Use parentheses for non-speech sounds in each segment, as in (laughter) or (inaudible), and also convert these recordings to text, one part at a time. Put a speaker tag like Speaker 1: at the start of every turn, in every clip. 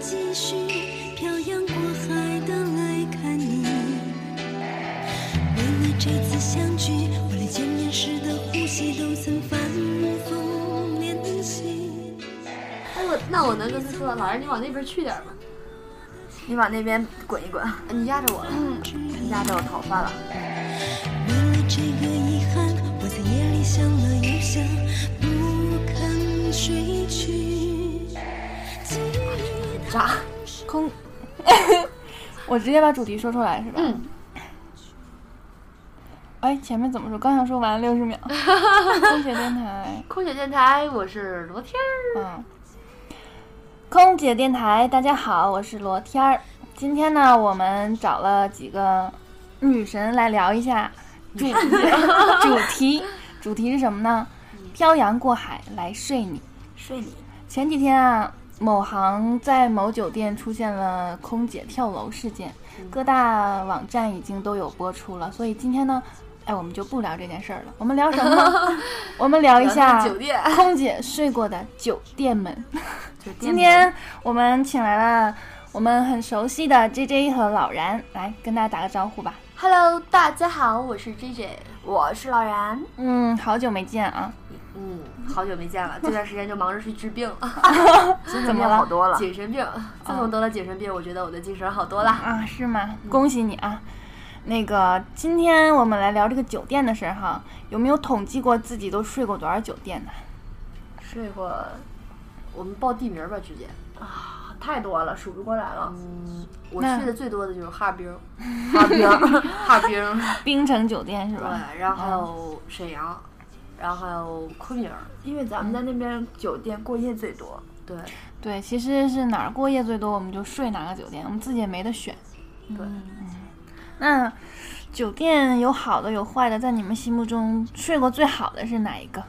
Speaker 1: 继续漂洋过海的来看你。为了这次相聚，我连见面时的呼吸都曾反复练习。
Speaker 2: 哎，我那我能跟他说，老师你往那边去点儿吧，
Speaker 3: 你往那边滚一滚，
Speaker 2: 你压着我了。
Speaker 3: 压着我头发了。
Speaker 1: 为了这个遗憾，我在夜里想了又想，不肯睡去。记忆它
Speaker 2: 啥？
Speaker 4: 空，我直接把主题说出来是吧？
Speaker 2: 嗯。
Speaker 4: 哎，前面怎么说？刚想说完六十秒， (laughs) 科学电台，
Speaker 2: 空姐电台，我是罗天儿。
Speaker 4: 嗯，空姐电台，大家好，我是罗天儿。今天呢，我们找了几个女神来聊一下主主题， (laughs) 主题是什么呢？漂洋过海来睡你。
Speaker 3: 睡你，
Speaker 4: 前几天啊，某行在某酒店出现了空姐跳楼事件，各大网站已经都有播出了。所以今天呢，哎，我们就不聊这件事儿了。我们聊什么呢？我们聊一下
Speaker 2: 酒店
Speaker 4: 空姐睡过的酒店们。
Speaker 3: 酒店
Speaker 4: 今天我们请来了我们很熟悉的 J J 和老然，来跟大家打个招呼吧。
Speaker 2: Hello，大家好，我是 J J。
Speaker 3: 我是老然，
Speaker 4: 嗯，好久没见啊，
Speaker 2: 嗯，好久没见了，这段时间就忙着去治病了，
Speaker 3: (laughs) 精
Speaker 4: 怎
Speaker 3: 神
Speaker 4: 么
Speaker 3: 变
Speaker 4: 了
Speaker 3: 好多了。
Speaker 2: 精神病。自从得了精神病，我觉得我的精神好多了。
Speaker 4: 啊，是吗？恭喜你啊！那个，今天我们来聊这个酒店的事儿哈，有没有统计过自己都睡过多少酒店呢？
Speaker 2: 睡过，我们报地名吧，直接。
Speaker 3: 太多了，数不过来了。
Speaker 2: 啊嗯，我
Speaker 4: 那
Speaker 2: 去的最多的就是 (laughs) 哈尔滨，
Speaker 3: 哈冰，
Speaker 2: (laughs) 哈尔滨。
Speaker 4: 冰城酒店是吧？
Speaker 2: 对，然后还有沈阳，然后还有昆明，
Speaker 3: 因为咱们在那边酒店过夜最多。
Speaker 2: 对
Speaker 4: 对，其实是哪儿过夜最多，我们就睡哪个酒店，我们自己也没得选。嗯
Speaker 2: 对。
Speaker 4: 那酒店有好的有坏的，在你们心目中睡过最好的是哪一个？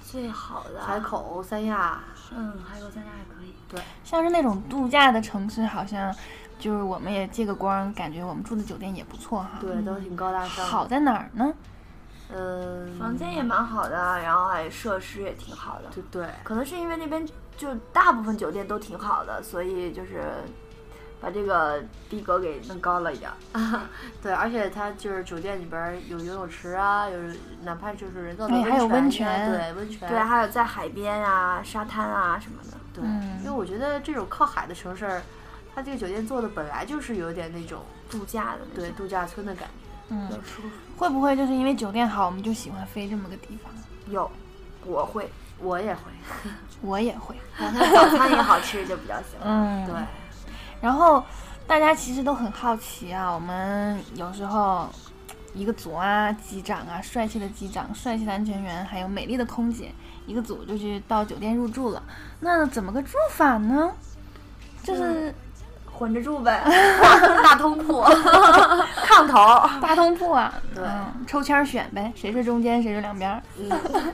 Speaker 3: 最好的
Speaker 2: 海口、三亚，
Speaker 3: 嗯，还有咱俩还可以。
Speaker 4: 像是那种度假的城市，好像就是我们也借个光，感觉我们住的酒店也不错哈。
Speaker 2: 对，都挺高大上。
Speaker 4: 好，在哪儿呢？
Speaker 2: 嗯，
Speaker 3: 房间也蛮好的，然后还设施也挺好的。
Speaker 2: 对对，
Speaker 3: 可能是因为那边就大部分酒店都挺好的，所以就是把这个逼格给弄高了一点儿。
Speaker 2: 对，而且它就是酒店里边儿有游泳池啊，有哪怕就是人造的
Speaker 4: 哎还有温
Speaker 2: 泉啊，
Speaker 4: 泉
Speaker 2: 对温泉，
Speaker 3: 对，还有在海边啊、沙滩啊什么的。
Speaker 2: 对
Speaker 4: 嗯
Speaker 2: 因为我觉得这种靠海的城市，它这个酒店做的本来就是有点那种
Speaker 3: 度假的那
Speaker 2: 对
Speaker 3: 种，
Speaker 2: 度假村的感觉。
Speaker 4: 嗯
Speaker 3: 比，较舒服。
Speaker 4: 会不会就是因为酒店好，我们就喜欢飞这么个地方？
Speaker 3: 有，我会，
Speaker 2: 我也会，
Speaker 4: 我也会，
Speaker 3: 然后它早餐也好吃，就比较喜欢。
Speaker 4: 嗯
Speaker 2: 对，
Speaker 4: 然后大家其实都很好奇啊，我们有时候一个组啊，机长啊，帅气的机长、帅气的安全员，还有美丽的空姐，一个组就去到酒店入住了。那怎么个住法呢？就是
Speaker 3: 混着
Speaker 4: (laughs)
Speaker 3: 住呗，
Speaker 2: 大通铺，
Speaker 3: 炕头。
Speaker 4: 大通铺啊，
Speaker 2: 对
Speaker 4: 嗯抽签儿选呗，谁睡中间，谁睡两边儿。
Speaker 2: 嗯，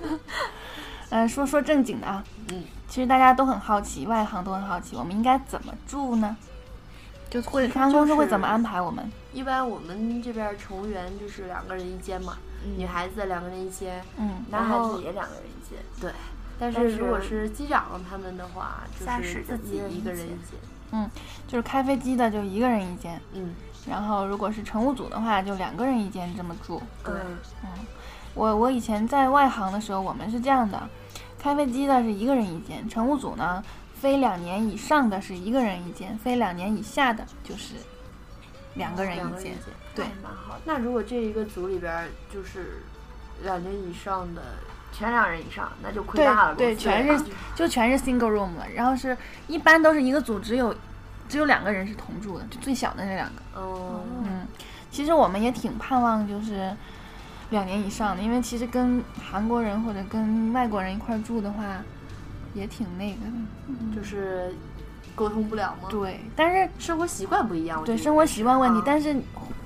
Speaker 4: (laughs) 嗯，说说正经的啊，
Speaker 2: 嗯，
Speaker 4: 其实大家都很好奇，外行都很好奇，我们应该怎么住呢？就会航空公司会怎么安排我们？
Speaker 2: 一般我们这边儿乘务员就是两个人一间嘛，女孩子两个人一间，
Speaker 4: 嗯，
Speaker 3: 男
Speaker 2: 然
Speaker 3: 孩
Speaker 2: 后
Speaker 3: 子也两个人一间，
Speaker 2: 对，但
Speaker 3: 但
Speaker 2: 是如果
Speaker 3: 是
Speaker 2: 是机长他们的话，
Speaker 3: 三
Speaker 2: 就
Speaker 3: 十
Speaker 2: 是
Speaker 3: 的
Speaker 2: 自己
Speaker 3: 一
Speaker 2: 一个
Speaker 3: 人
Speaker 2: 人
Speaker 3: 一
Speaker 2: 一
Speaker 3: 间
Speaker 2: 间。
Speaker 4: 就是开飞机的就一个人一间，
Speaker 2: 嗯，
Speaker 4: 然后如果是乘务组的话就两个人一间这么住。
Speaker 2: 对
Speaker 3: 嗯
Speaker 4: 我我以前在外航的时候，我们是这样的，开飞机的是一个人一间，乘务组呢飞两年以上的是一个人一间，飞两年以下的就是两个人
Speaker 2: 两
Speaker 4: 一
Speaker 2: 个人
Speaker 4: 间
Speaker 2: 一。间。
Speaker 4: 对
Speaker 3: 还蛮好的，
Speaker 2: 那如果这一个组里边儿就是两年以上的，
Speaker 3: 全两人以上，那就亏
Speaker 4: 对
Speaker 3: 大了。
Speaker 4: 对，
Speaker 3: 公司
Speaker 4: 全是就全是 single room 了，然后是一般都是一个组只有只有两个人是同住的，就最小的那两个。
Speaker 2: 嗯，
Speaker 4: 嗯，其实我们也挺盼望就是两年以上的，因为其实跟韩国人或者跟外国人一块儿住的话，也挺那个的。
Speaker 2: 就是沟通不了吗？
Speaker 4: 对，但是
Speaker 2: 生活习惯不一样，我
Speaker 4: 对
Speaker 2: 觉得
Speaker 4: 生活习惯问题
Speaker 2: 啊，
Speaker 4: 但是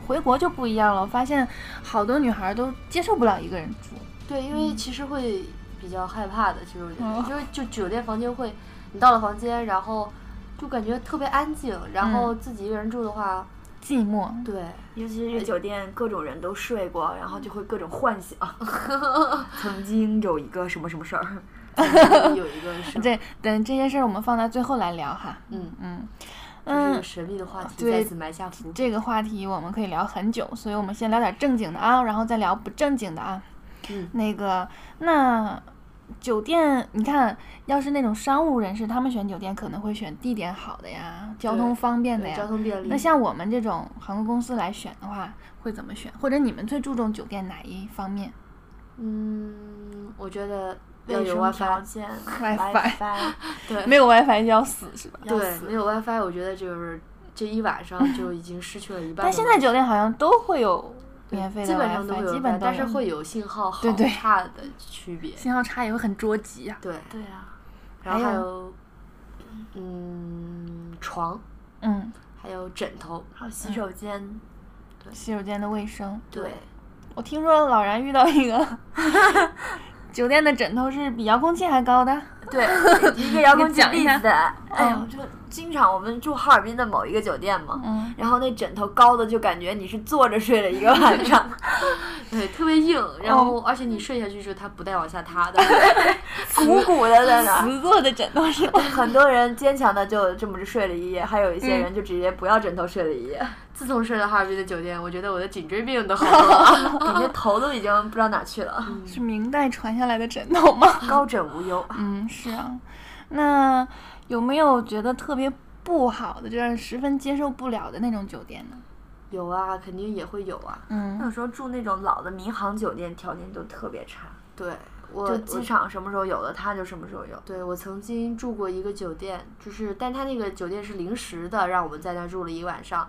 Speaker 4: 回国就不一样了。我发现好多女孩儿都接受不了一个人住。
Speaker 2: 对，因为其实会比较害怕的，其实我觉
Speaker 4: 嗯
Speaker 2: 得，因为就酒店房间会，你到了房间，然后就感觉特别安静，然
Speaker 4: 嗯
Speaker 2: 后自己一个人住的话，
Speaker 4: 寂寞，
Speaker 2: 对，
Speaker 3: 尤其是酒店，各种人都 (laughs) (laughs) 睡过，然后就会各种幻想。曾经有一个什么什么事儿，
Speaker 2: 有一个是，
Speaker 4: 这等这些事儿我们放到最后来聊哈。
Speaker 2: 嗯，
Speaker 4: 嗯
Speaker 2: 这
Speaker 4: 嗯
Speaker 2: 个，神秘的话题
Speaker 4: 对
Speaker 2: 再次埋下伏笔。
Speaker 4: 这个话题我们可以聊很久，所以我们先聊点正经的啊，然后再聊不正经的啊。
Speaker 2: 嗯，
Speaker 4: 那个，那酒店，你看，要是那种商务人士，他们选酒店可能会选地点好的呀，交通方便的
Speaker 2: 对交
Speaker 4: 呀。
Speaker 2: 通便利。
Speaker 4: 那像我们这种航空公司来选的话，会怎么选？或者你们最注重酒店哪一方面
Speaker 2: 嗯，我觉得要
Speaker 3: 卫
Speaker 2: 有
Speaker 3: 生
Speaker 2: WiFi
Speaker 3: 条。件
Speaker 4: WiFi
Speaker 3: (laughs)
Speaker 2: 对
Speaker 4: 没有 WiFi 就要死是吧？
Speaker 3: 要
Speaker 2: 对，
Speaker 3: 死
Speaker 2: 没有 WiFi，我觉得就是这一晚上就已经失去了一半的
Speaker 4: 但
Speaker 2: 乐趣。
Speaker 4: 现在酒店好像都会有免费
Speaker 2: 基
Speaker 4: 的
Speaker 2: 本上都会
Speaker 4: WiFi，
Speaker 2: 有
Speaker 4: 基
Speaker 2: WiFi，
Speaker 4: 本都
Speaker 2: 但是
Speaker 4: 有
Speaker 2: 会有信号好
Speaker 4: 对对
Speaker 2: 差的区别。
Speaker 4: 信号差也会很捉急呀、
Speaker 2: 对，
Speaker 3: 对啊，
Speaker 2: 然后
Speaker 4: 还
Speaker 2: 还
Speaker 4: 有
Speaker 2: 有，嗯，床，
Speaker 4: 嗯，
Speaker 2: 还有枕头。
Speaker 3: 还有洗手间，
Speaker 4: 洗手间的卫生。
Speaker 2: 对，
Speaker 4: 我听说老然遇到一个 (laughs) 酒店的枕头是比遥控器还高的，
Speaker 3: (laughs) 对，一 (laughs) 个遥控器
Speaker 4: 讲一
Speaker 3: 例
Speaker 4: 下
Speaker 3: 子，哎呀，我就经常我们住哈尔滨的某一个酒店嘛，
Speaker 4: 嗯，
Speaker 3: 然后那枕头高的就感觉你是坐着睡了一个晚上，
Speaker 2: 对，特别
Speaker 3: (laughs)
Speaker 2: 硬，然后、
Speaker 3: 哦
Speaker 2: 而且你睡下去之后，它不带往下塌的。 (laughs)
Speaker 3: 鼓鼓的在 (laughs) 那儿。
Speaker 4: 瓷做的枕头是吧？
Speaker 3: 很多人坚强的就这么着睡了一夜，还有一些人就直接不要枕头睡了 (laughs) 一夜，
Speaker 2: 自从睡了哈尔滨的酒店，我觉得我的颈椎病都好
Speaker 3: (laughs)
Speaker 2: 了。
Speaker 3: 感觉头都已经不知道哪去了。
Speaker 4: 是明代传下来的枕头吗？
Speaker 3: 高枕无忧，
Speaker 4: 嗯，是啊。那有没有觉得特别不好的，就让人十分接受不了的那种酒店呢？
Speaker 2: 有啊，肯定也会有啊。
Speaker 4: 嗯，
Speaker 3: 有时候住那种老的民航酒店，条件都特别差，
Speaker 2: 对，我
Speaker 3: 就
Speaker 2: 我
Speaker 3: 机场什么时候有的，它就什么时候有。
Speaker 2: 对，我曾经住过一个酒店，就是，但他那个酒店是临时的，让我们在那儿住了一晚上。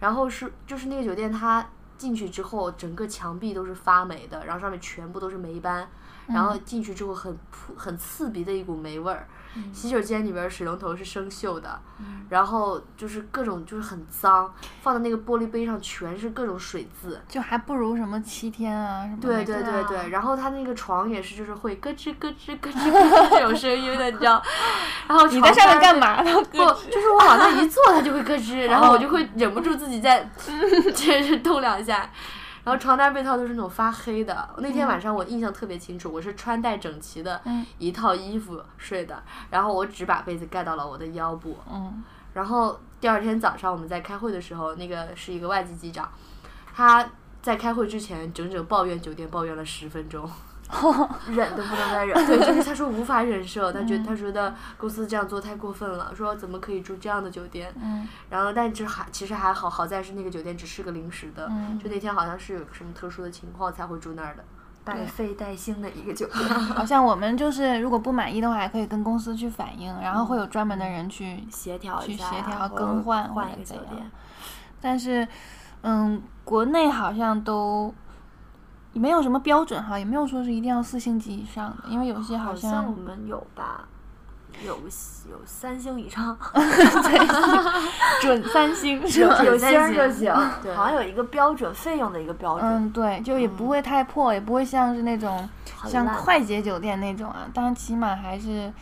Speaker 2: 然后是，就是那个酒店，它进去之后，整个墙壁都是发霉的，然后上面全部都是霉斑，然后进去之后很扑很刺鼻的一股霉味儿。洗手间里边儿水龙头是生锈的，然后就是各种就是很脏，放的那个玻璃杯上全是各种水渍。
Speaker 4: 就还不如什么七天啊什么
Speaker 2: 对
Speaker 4: 那
Speaker 2: 对
Speaker 4: 种
Speaker 2: 对
Speaker 3: 啊
Speaker 2: 对，然后他那个床也是，就是会咯吱咯吱咯吱咯吱这种声音的，你知
Speaker 4: (laughs)
Speaker 2: 道？然后
Speaker 4: 你在
Speaker 2: 床
Speaker 4: 上
Speaker 2: 单
Speaker 4: 面干嘛呢？
Speaker 2: 不，就是我往那一坐，它就会咯吱，然后我就
Speaker 4: 哦
Speaker 2: 会忍不住自己
Speaker 4: (laughs)
Speaker 2: 再就是动两下。然后床单被套都是那种发黑的。那天晚上我印象特别清楚，我是穿戴整齐的
Speaker 4: 嗯
Speaker 2: 一套衣服睡的，然后我只把被子盖到了我的腰部。
Speaker 4: 嗯
Speaker 2: 然后第二天早上我们在开会的时候，那个是一个外籍机长，他在开会之前整整抱怨酒店抱怨了十分
Speaker 4: (laughs)
Speaker 2: 钟。
Speaker 3: 忍都不能再忍。
Speaker 2: 对，就是他说无法忍受，他觉
Speaker 4: 嗯
Speaker 2: 得他觉得公司这样做太过分了，说怎么可以住这样的酒店？
Speaker 4: 嗯
Speaker 2: 然后但就还其实还好，好在是那个酒店只是个临时的，
Speaker 4: 嗯
Speaker 2: 就那天好像是有什么特殊的情况才会住那儿的。
Speaker 3: 带费带薪的一个酒店，
Speaker 4: 好像我们就是如果不满意的话，还可以跟公司去反映，然后会有专门的人去
Speaker 3: 协调一
Speaker 4: 去
Speaker 3: 下啊，
Speaker 4: 协调
Speaker 3: 或者
Speaker 4: 更换或
Speaker 3: 换
Speaker 4: 者
Speaker 3: 一个酒
Speaker 4: 怎样
Speaker 3: 店。
Speaker 4: 但是，嗯，国内好像都没有什么标准哈，也没有说是一定要四星级以上的，因为有些好
Speaker 3: 好
Speaker 4: 像
Speaker 3: 像我们有吧，有有三星以上，
Speaker 4: 准三星是吧？
Speaker 3: 有星儿
Speaker 2: 三
Speaker 3: 就
Speaker 2: 星
Speaker 3: 行。
Speaker 2: 对
Speaker 3: 好像有一个标准费用的一个标准，
Speaker 4: 嗯，对，就也不会太破，也不会像是那种
Speaker 3: 很
Speaker 4: 像
Speaker 3: 烂
Speaker 4: 快捷酒店那种啊，但起码还是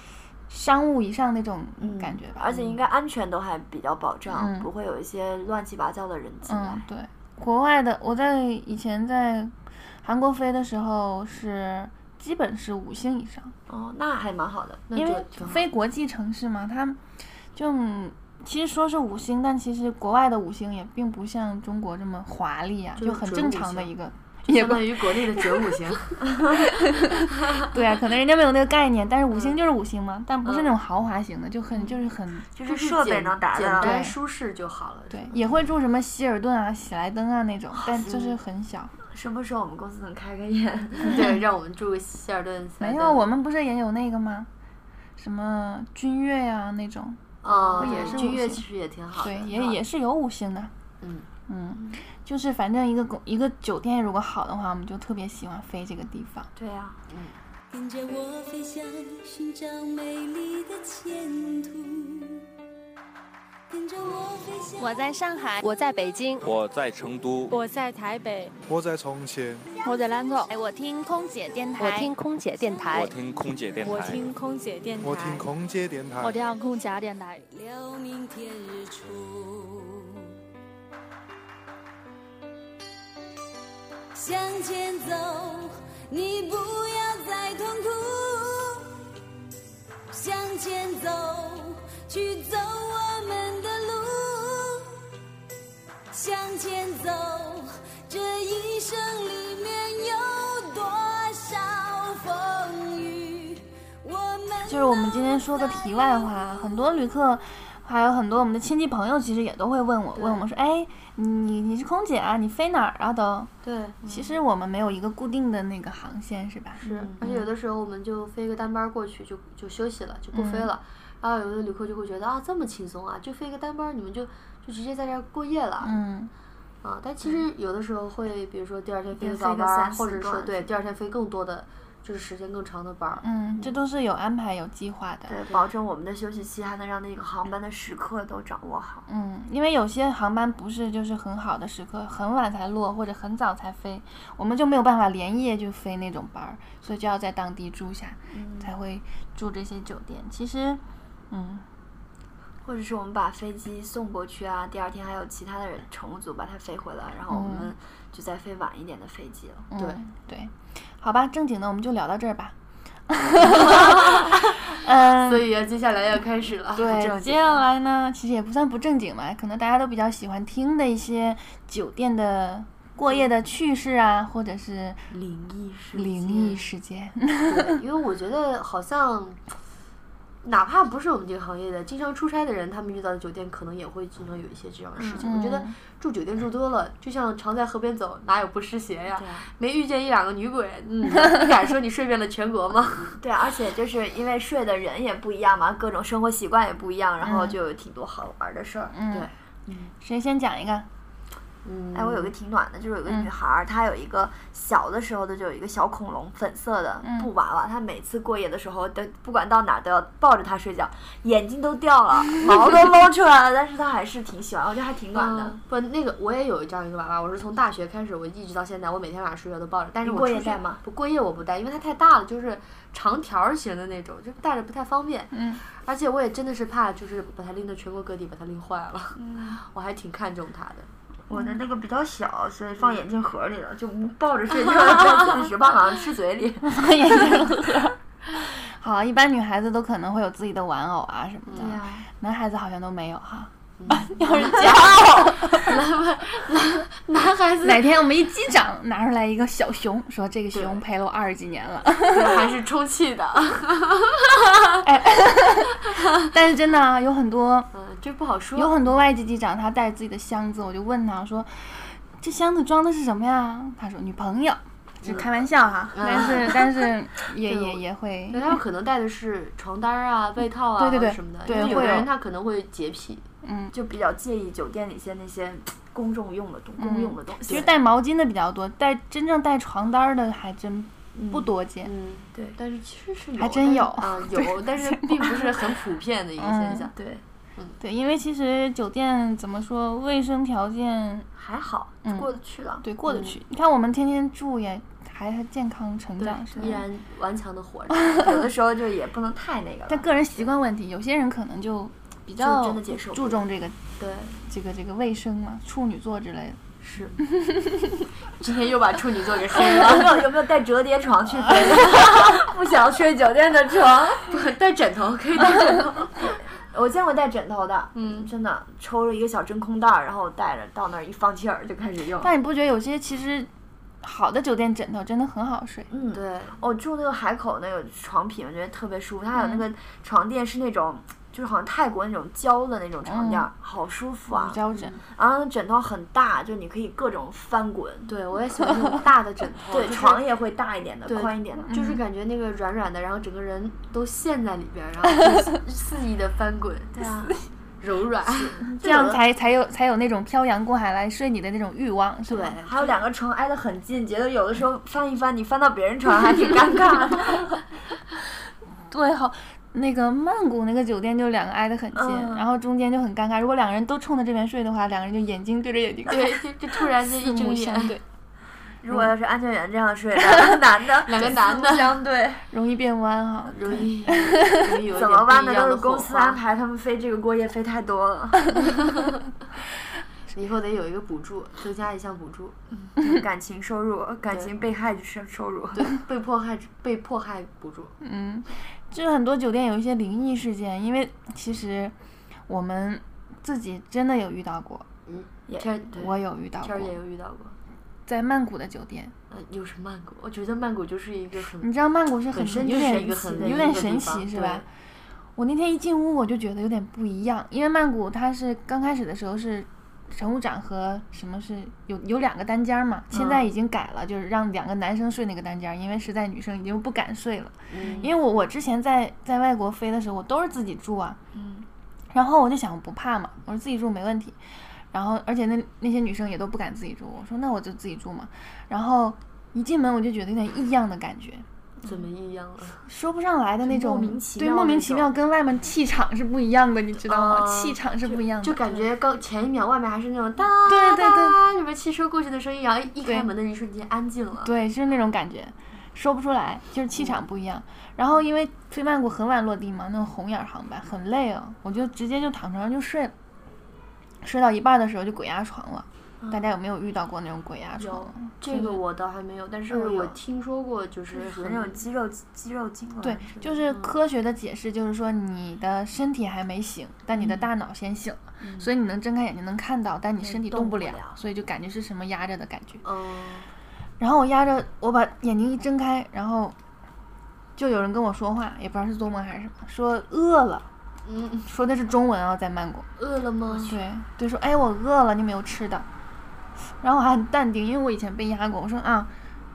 Speaker 4: 商务以上那种
Speaker 3: 嗯
Speaker 4: 感觉吧。
Speaker 3: 而且应该安全都还比较保障，
Speaker 4: 嗯
Speaker 3: 不会有一些乱七八糟的人啊进来
Speaker 4: 嗯。，对，国外的我在以前在韩国飞的时候是基本是五星以上。
Speaker 3: 哦，那还蛮好的。
Speaker 2: 那
Speaker 4: 因
Speaker 2: 就
Speaker 4: 为
Speaker 2: 挺好
Speaker 4: 非国际城市嘛，它就嗯其实说是五星，但其实国外的五星也并不像中国这么华丽啊，
Speaker 2: 就
Speaker 4: 就是很
Speaker 2: 准
Speaker 4: 正
Speaker 2: 五
Speaker 4: 常的
Speaker 2: 星
Speaker 4: 一个。也
Speaker 2: 相
Speaker 4: 不
Speaker 2: 当于国内的准五
Speaker 4: (laughs)
Speaker 2: 行。
Speaker 4: 对啊，可能人家没有那个概念，但是五
Speaker 2: 嗯
Speaker 4: 星就是五星嘛，但不是那种豪华型的，就很就是很
Speaker 3: 就是设备
Speaker 2: 简
Speaker 3: 能达
Speaker 2: 简
Speaker 3: 到，
Speaker 2: 单
Speaker 4: 对
Speaker 2: 舒适就好了。
Speaker 4: 对，也会住什么希尔顿啊、喜来登啊那种，
Speaker 2: 哦
Speaker 4: 但就是很小。
Speaker 3: 什么时候我们公司能开开业？ (laughs)
Speaker 2: 对，让我们住个希尔顿。
Speaker 4: 没有，啊我们不是也有那个吗？什么君悦呀、那种，
Speaker 2: 啊，
Speaker 4: 也
Speaker 2: 对
Speaker 4: 是
Speaker 2: 君
Speaker 4: 五
Speaker 2: 悦
Speaker 4: 星
Speaker 2: 其实也挺好的。
Speaker 4: 对，也也是有五星的。
Speaker 2: 嗯，
Speaker 4: 嗯，就是反正一个公一个酒店如果好的话，我们就特别喜欢飞这个地方。
Speaker 3: 对啊呀、
Speaker 1: 跟着我飞翔，寻找美丽的前途。跟着我飞翔。
Speaker 5: 我在上海，
Speaker 6: 我在北京，
Speaker 7: 我在成都，
Speaker 5: 我在台北，
Speaker 8: 我在从前，
Speaker 5: 我在兰州，
Speaker 6: 哎，我听空姐电台，
Speaker 5: 我听
Speaker 6: 空姐电台
Speaker 7: 我，听空姐电
Speaker 5: 我
Speaker 7: 台，
Speaker 5: 听空姐电台，
Speaker 8: 我听空姐电台
Speaker 5: 我。听空姐电台。
Speaker 1: 聊明天日出。向前走，你不要再痛苦，向前走，去走我们的路，向前走，这一生里面有多少风雨，我们
Speaker 4: 就是我们今天说个题外话，很多旅客，还有很多我们的亲戚朋友，其实也都会问我，问我们说，哎，你你你是空姐啊，你飞哪儿啊都？
Speaker 2: 对，
Speaker 4: 其实我们没有一个固定的那个航线，是吧？
Speaker 2: 是，而且
Speaker 4: 嗯
Speaker 2: 有的时候我们就飞个单班儿过去就就休息了，就不
Speaker 4: 嗯
Speaker 2: 飞了。然后有的旅客就会觉得啊，这么轻松啊，就飞个单班儿，你们就就直接在这儿过夜了。
Speaker 4: 嗯，
Speaker 2: 啊，但其实有的时候会，比如说第二天飞
Speaker 3: 也
Speaker 2: 个
Speaker 3: 飞
Speaker 2: 早
Speaker 3: 个
Speaker 2: 班儿，
Speaker 3: 三
Speaker 2: 或
Speaker 3: 四
Speaker 2: 者说
Speaker 3: 段
Speaker 2: 对第二天飞更多的，就是时间更长的班儿。
Speaker 4: 嗯，这都是有安排、有计划的。
Speaker 3: 对，保证我们的休息期还能让那个航班的时刻都掌握好。
Speaker 4: 嗯，因为有些航班不是就是很好的时刻，很晚才落或者很早才飞，我们就没有办法连夜就飞那种班儿，所以就要在当地住下，才会住这些酒店。其实，嗯，
Speaker 3: 或者是我们把飞机送过去啊，第二天还有其他的人乘务组把它飞回来，然后我们就再飞晚一点的飞机了。
Speaker 2: 对
Speaker 4: 嗯对，好吧，正经的我们就聊到这儿吧。嗯，
Speaker 2: 所以啊，接下来要开始了。
Speaker 4: 对，接下来呢，其实也不算不正经吧，可能大家都比较喜欢听的一些酒店的过夜的趣事啊，或者是
Speaker 3: 灵异事
Speaker 4: 灵异事件。
Speaker 2: 对，因为我觉得好像，哪怕不是我们这个行业的，经常出差的人，他们遇到的酒店可能也会经常有一些这样的事情。我觉得
Speaker 4: 嗯
Speaker 2: 住酒店住多了，就像常在河边走，哪有不湿鞋呀？
Speaker 3: 对啊
Speaker 2: 没遇见一两个女鬼，嗯， (laughs) 你敢说你睡遍了全国吗？
Speaker 3: 对，而且就是因为睡的人也不一样嘛，各种生活习惯也不一样，然后就有挺多好玩的事儿。
Speaker 4: 嗯，
Speaker 2: 对，
Speaker 4: 谁先讲一
Speaker 2: (laughs)
Speaker 4: 个？
Speaker 2: 嗯，
Speaker 3: 哎，我有个挺暖的，就是有个
Speaker 4: 嗯
Speaker 3: 女孩儿，她有一个小的时候的就有一个小恐龙，粉色的
Speaker 4: 嗯
Speaker 3: 布娃娃，她每次过夜的时候都不管到哪儿都要抱着它睡觉，眼睛都掉了，毛都露出来了，但是她还是挺喜欢，我觉得还挺暖的
Speaker 2: 嗯。不，那个我也有这样一个娃娃，我是从大学开始，我一直到现在，我每天晚上睡觉都抱着。但是
Speaker 3: 你
Speaker 2: 我
Speaker 3: 过
Speaker 2: 出
Speaker 3: 夜
Speaker 2: 去
Speaker 3: 带吗？
Speaker 2: 不过夜我不带，因为它太大了，就是长条儿型的那种，就带着不太方便。
Speaker 4: 嗯，
Speaker 2: 而且我也真的是怕，就是把它拎到全国各地，把它拎坏了。 (laughs) 我还挺看重它的。
Speaker 3: 我的那个比较小，所以
Speaker 4: 嗯
Speaker 3: 放眼镜盒里了，就抱着睡觉，但是只把好像啊吃嘴里。
Speaker 4: 好，一般女孩子都可能会有自己的玩偶啊什么的，
Speaker 3: 呀 (laughs)
Speaker 4: 男孩子好像都没有哈。
Speaker 2: 男孩子 (laughs)
Speaker 4: 哪天我们一击掌拿出来一个小熊，说这个熊陪了我二十几年了。
Speaker 2: 还是充气的，
Speaker 4: 但是真的啊有很多
Speaker 2: (laughs) 嗯，这不好说。
Speaker 4: 有很多外籍机长，他带着自己的箱子，我就问他我说：“这箱子装的是什么呀？”他说：“女朋友。”是开玩笑哈，但
Speaker 2: (laughs)
Speaker 4: 是但是也也也会
Speaker 2: 嗯对，他们可能带的是床单儿啊、被套啊
Speaker 4: 对对对
Speaker 2: 什么的，
Speaker 4: 对
Speaker 2: 因为有
Speaker 4: 会
Speaker 2: 的
Speaker 4: 有
Speaker 2: 人他可能会洁癖，
Speaker 3: 就比较介意酒店里些那些公众用的东公用的东西。
Speaker 4: 其实带毛巾的比较多，带真正带床单儿的还真不多见。
Speaker 2: 嗯，
Speaker 3: 对
Speaker 2: 但是其实是有
Speaker 4: 还真有
Speaker 2: 啊、有，但是并不是很普遍的一个现象。
Speaker 3: 对，
Speaker 4: 对，因为其实酒店怎么说，卫生条件
Speaker 3: 还好
Speaker 4: 嗯
Speaker 3: 过得去了。
Speaker 4: 对过得去。你看我们天天住也还还健康成长，是吧
Speaker 2: 依？然顽强的活着，
Speaker 3: 有的时候就也不能太那个了。
Speaker 4: 但个人习惯问题，有些人可能就比
Speaker 3: 就
Speaker 4: 较
Speaker 3: 真的接受不
Speaker 4: 注
Speaker 3: 了
Speaker 4: 重这个
Speaker 2: 对，
Speaker 4: 这个这个卫生嘛，处女座之类的。
Speaker 2: 是。今天又把处女座给黑了，
Speaker 3: (laughs) 有没有有没有带折叠床去飞的？
Speaker 2: (laughs)
Speaker 3: 不想睡酒店的床。
Speaker 2: 带枕头可以带枕头。
Speaker 3: (laughs) 我见过带枕头的，
Speaker 2: 嗯
Speaker 3: 真的抽了一个小真空袋儿，然后带着到那儿一放气儿就开始用。
Speaker 4: 但你不觉得有些其实好的酒店枕头真的很好睡？
Speaker 3: 嗯，
Speaker 2: 对，
Speaker 3: 我住那个海口那个床品，我觉得特别舒服。它还有
Speaker 2: 嗯
Speaker 3: 那个床垫是那种，就是好像泰国那种胶的那种床
Speaker 2: 嗯
Speaker 3: 垫儿，好舒服啊
Speaker 4: 乳。胶枕，
Speaker 3: 然后枕头很大，就你可以各种翻滚。
Speaker 2: 对我也喜欢那种大的枕
Speaker 3: (laughs)
Speaker 2: 头，
Speaker 3: 对，
Speaker 2: 就是
Speaker 3: 床也会大一点的，
Speaker 2: 对
Speaker 3: 宽一点的。
Speaker 2: 就是感觉那个软软的，然后整个人都陷在里边儿，然后就是 (laughs) 肆意的翻滚，
Speaker 3: 对啊，
Speaker 2: 柔软。
Speaker 3: 嗯
Speaker 4: 这样才才有才有那种漂洋过海来睡你的那种欲望，是
Speaker 2: 嗯
Speaker 4: 吧？
Speaker 3: 还有两个床挨得很近，觉得有的时候翻一翻，你翻到别人床还挺尴
Speaker 2: (laughs)
Speaker 3: 尬的。 (laughs)
Speaker 4: 对，好。那个曼谷那个酒店就两个挨得很近，
Speaker 3: 嗯
Speaker 4: 然后中间就很尴尬。如果两个人都冲着这边睡的话，两个人就眼睛对着眼睛，
Speaker 2: (laughs) 对，就就突然间一
Speaker 4: 四目
Speaker 2: 睁
Speaker 4: 相
Speaker 2: 眼， (laughs)
Speaker 4: 对，
Speaker 3: 如果要是安全员这样睡，两个男的
Speaker 2: (laughs) 两个男的
Speaker 3: 相 (laughs) 对，
Speaker 4: 容易变弯哈。
Speaker 2: (laughs) 容易容易有一
Speaker 3: 怎
Speaker 2: 点
Speaker 3: 么
Speaker 2: 不
Speaker 3: 办
Speaker 2: 一
Speaker 3: 呢？
Speaker 2: 样
Speaker 3: 都是
Speaker 2: 的火
Speaker 3: 公司啊安
Speaker 2: 花。
Speaker 3: 排，他们飞这个过夜飞太
Speaker 2: (laughs)
Speaker 3: 多了，
Speaker 2: 以后得有一个补助，增加一项补助。
Speaker 3: 感情收入、感情被害收收入。
Speaker 2: 被迫害被迫害补助，
Speaker 4: 嗯，就是很多酒店有一些灵异事件，因为其实我们自己真的有遇到过，
Speaker 2: 嗯，
Speaker 3: 也
Speaker 2: 天儿对
Speaker 4: 我有遇到
Speaker 2: 天
Speaker 4: 过
Speaker 2: 儿，也有遇到过。
Speaker 4: 在曼谷的酒店，
Speaker 2: 呃，又是曼谷，我觉得曼谷就是一个很
Speaker 4: 你知道曼谷是嗯很
Speaker 2: 本身
Speaker 4: 有
Speaker 2: 就是
Speaker 4: 点
Speaker 2: 一个
Speaker 4: 奇
Speaker 2: 很
Speaker 4: 有
Speaker 2: 灵
Speaker 4: 点
Speaker 2: 异的
Speaker 4: 神
Speaker 2: 地方
Speaker 4: 奇是
Speaker 2: 对
Speaker 4: 吧？我那天一进屋我就觉得有点不一样，因为曼谷它是刚开始的时候是乘务长和什么是有有两个单间儿嘛，现在已经改了，就是让两个男生睡那个单间儿，因为实在女生已经不敢睡了。因为我我之前在在外国飞的时候，我都是自己住啊，然后我就想我不怕嘛，我说自己住没问题。然后而且那那些女生也都不敢自己住，我说那我就自己住嘛。然后一进门我就觉得有点异样的感觉，
Speaker 2: 怎么异样了？
Speaker 4: 说不上来的那种，
Speaker 3: 莫名其
Speaker 4: 对，
Speaker 3: 妙
Speaker 4: 莫名
Speaker 3: 那
Speaker 4: 其
Speaker 3: 种哦
Speaker 4: 妙跟外面气场是不一样的，你知道吗？
Speaker 2: 啊
Speaker 4: 气场是不一样的，
Speaker 2: 就感觉刚前一秒外面还是那种哒
Speaker 4: 对对对
Speaker 2: 哒什么汽车过去的声音，然后一
Speaker 4: 对
Speaker 2: 开门的一瞬间安静了。
Speaker 4: 对，就是那种感觉，说不出来，就是气场不一样。然后因为飞曼谷很晚落地嘛，那种红眼儿航班很累哦，我就直接就躺床上就睡了，睡到一半的时候就鬼压床了。
Speaker 3: 嗯
Speaker 4: 大家有没有遇到过那种鬼压床
Speaker 2: 有
Speaker 4: 啊？
Speaker 2: 这个我倒还没有，但
Speaker 4: 哎
Speaker 2: 是
Speaker 3: 嗯有
Speaker 2: 我听说过，就是
Speaker 3: 属于
Speaker 2: 很
Speaker 3: 那种肌肉肌肉痉挛之类
Speaker 4: 对
Speaker 3: 嗯的，，
Speaker 4: 就是嗯科学的解释，就是说你的身体还没醒，但你的大脑先醒了，所以你能睁开眼睛能看到，但你身体
Speaker 3: 嗯动
Speaker 4: 动不
Speaker 3: 不
Speaker 4: 了，
Speaker 3: 了
Speaker 4: 所以就感觉是什么压着的感觉。
Speaker 2: 嗯，
Speaker 4: 然后我压着，我把眼睛一睁开，然后就有人跟我说话，也不知道是做梦还是什么，说饿了，
Speaker 2: 嗯，
Speaker 4: 说的是中文啊，在曼谷，
Speaker 2: 饿了吗？
Speaker 4: 对，对，说哎我饿了，你有没有吃的？然后我还很淡定，因为我以前被压过，我说啊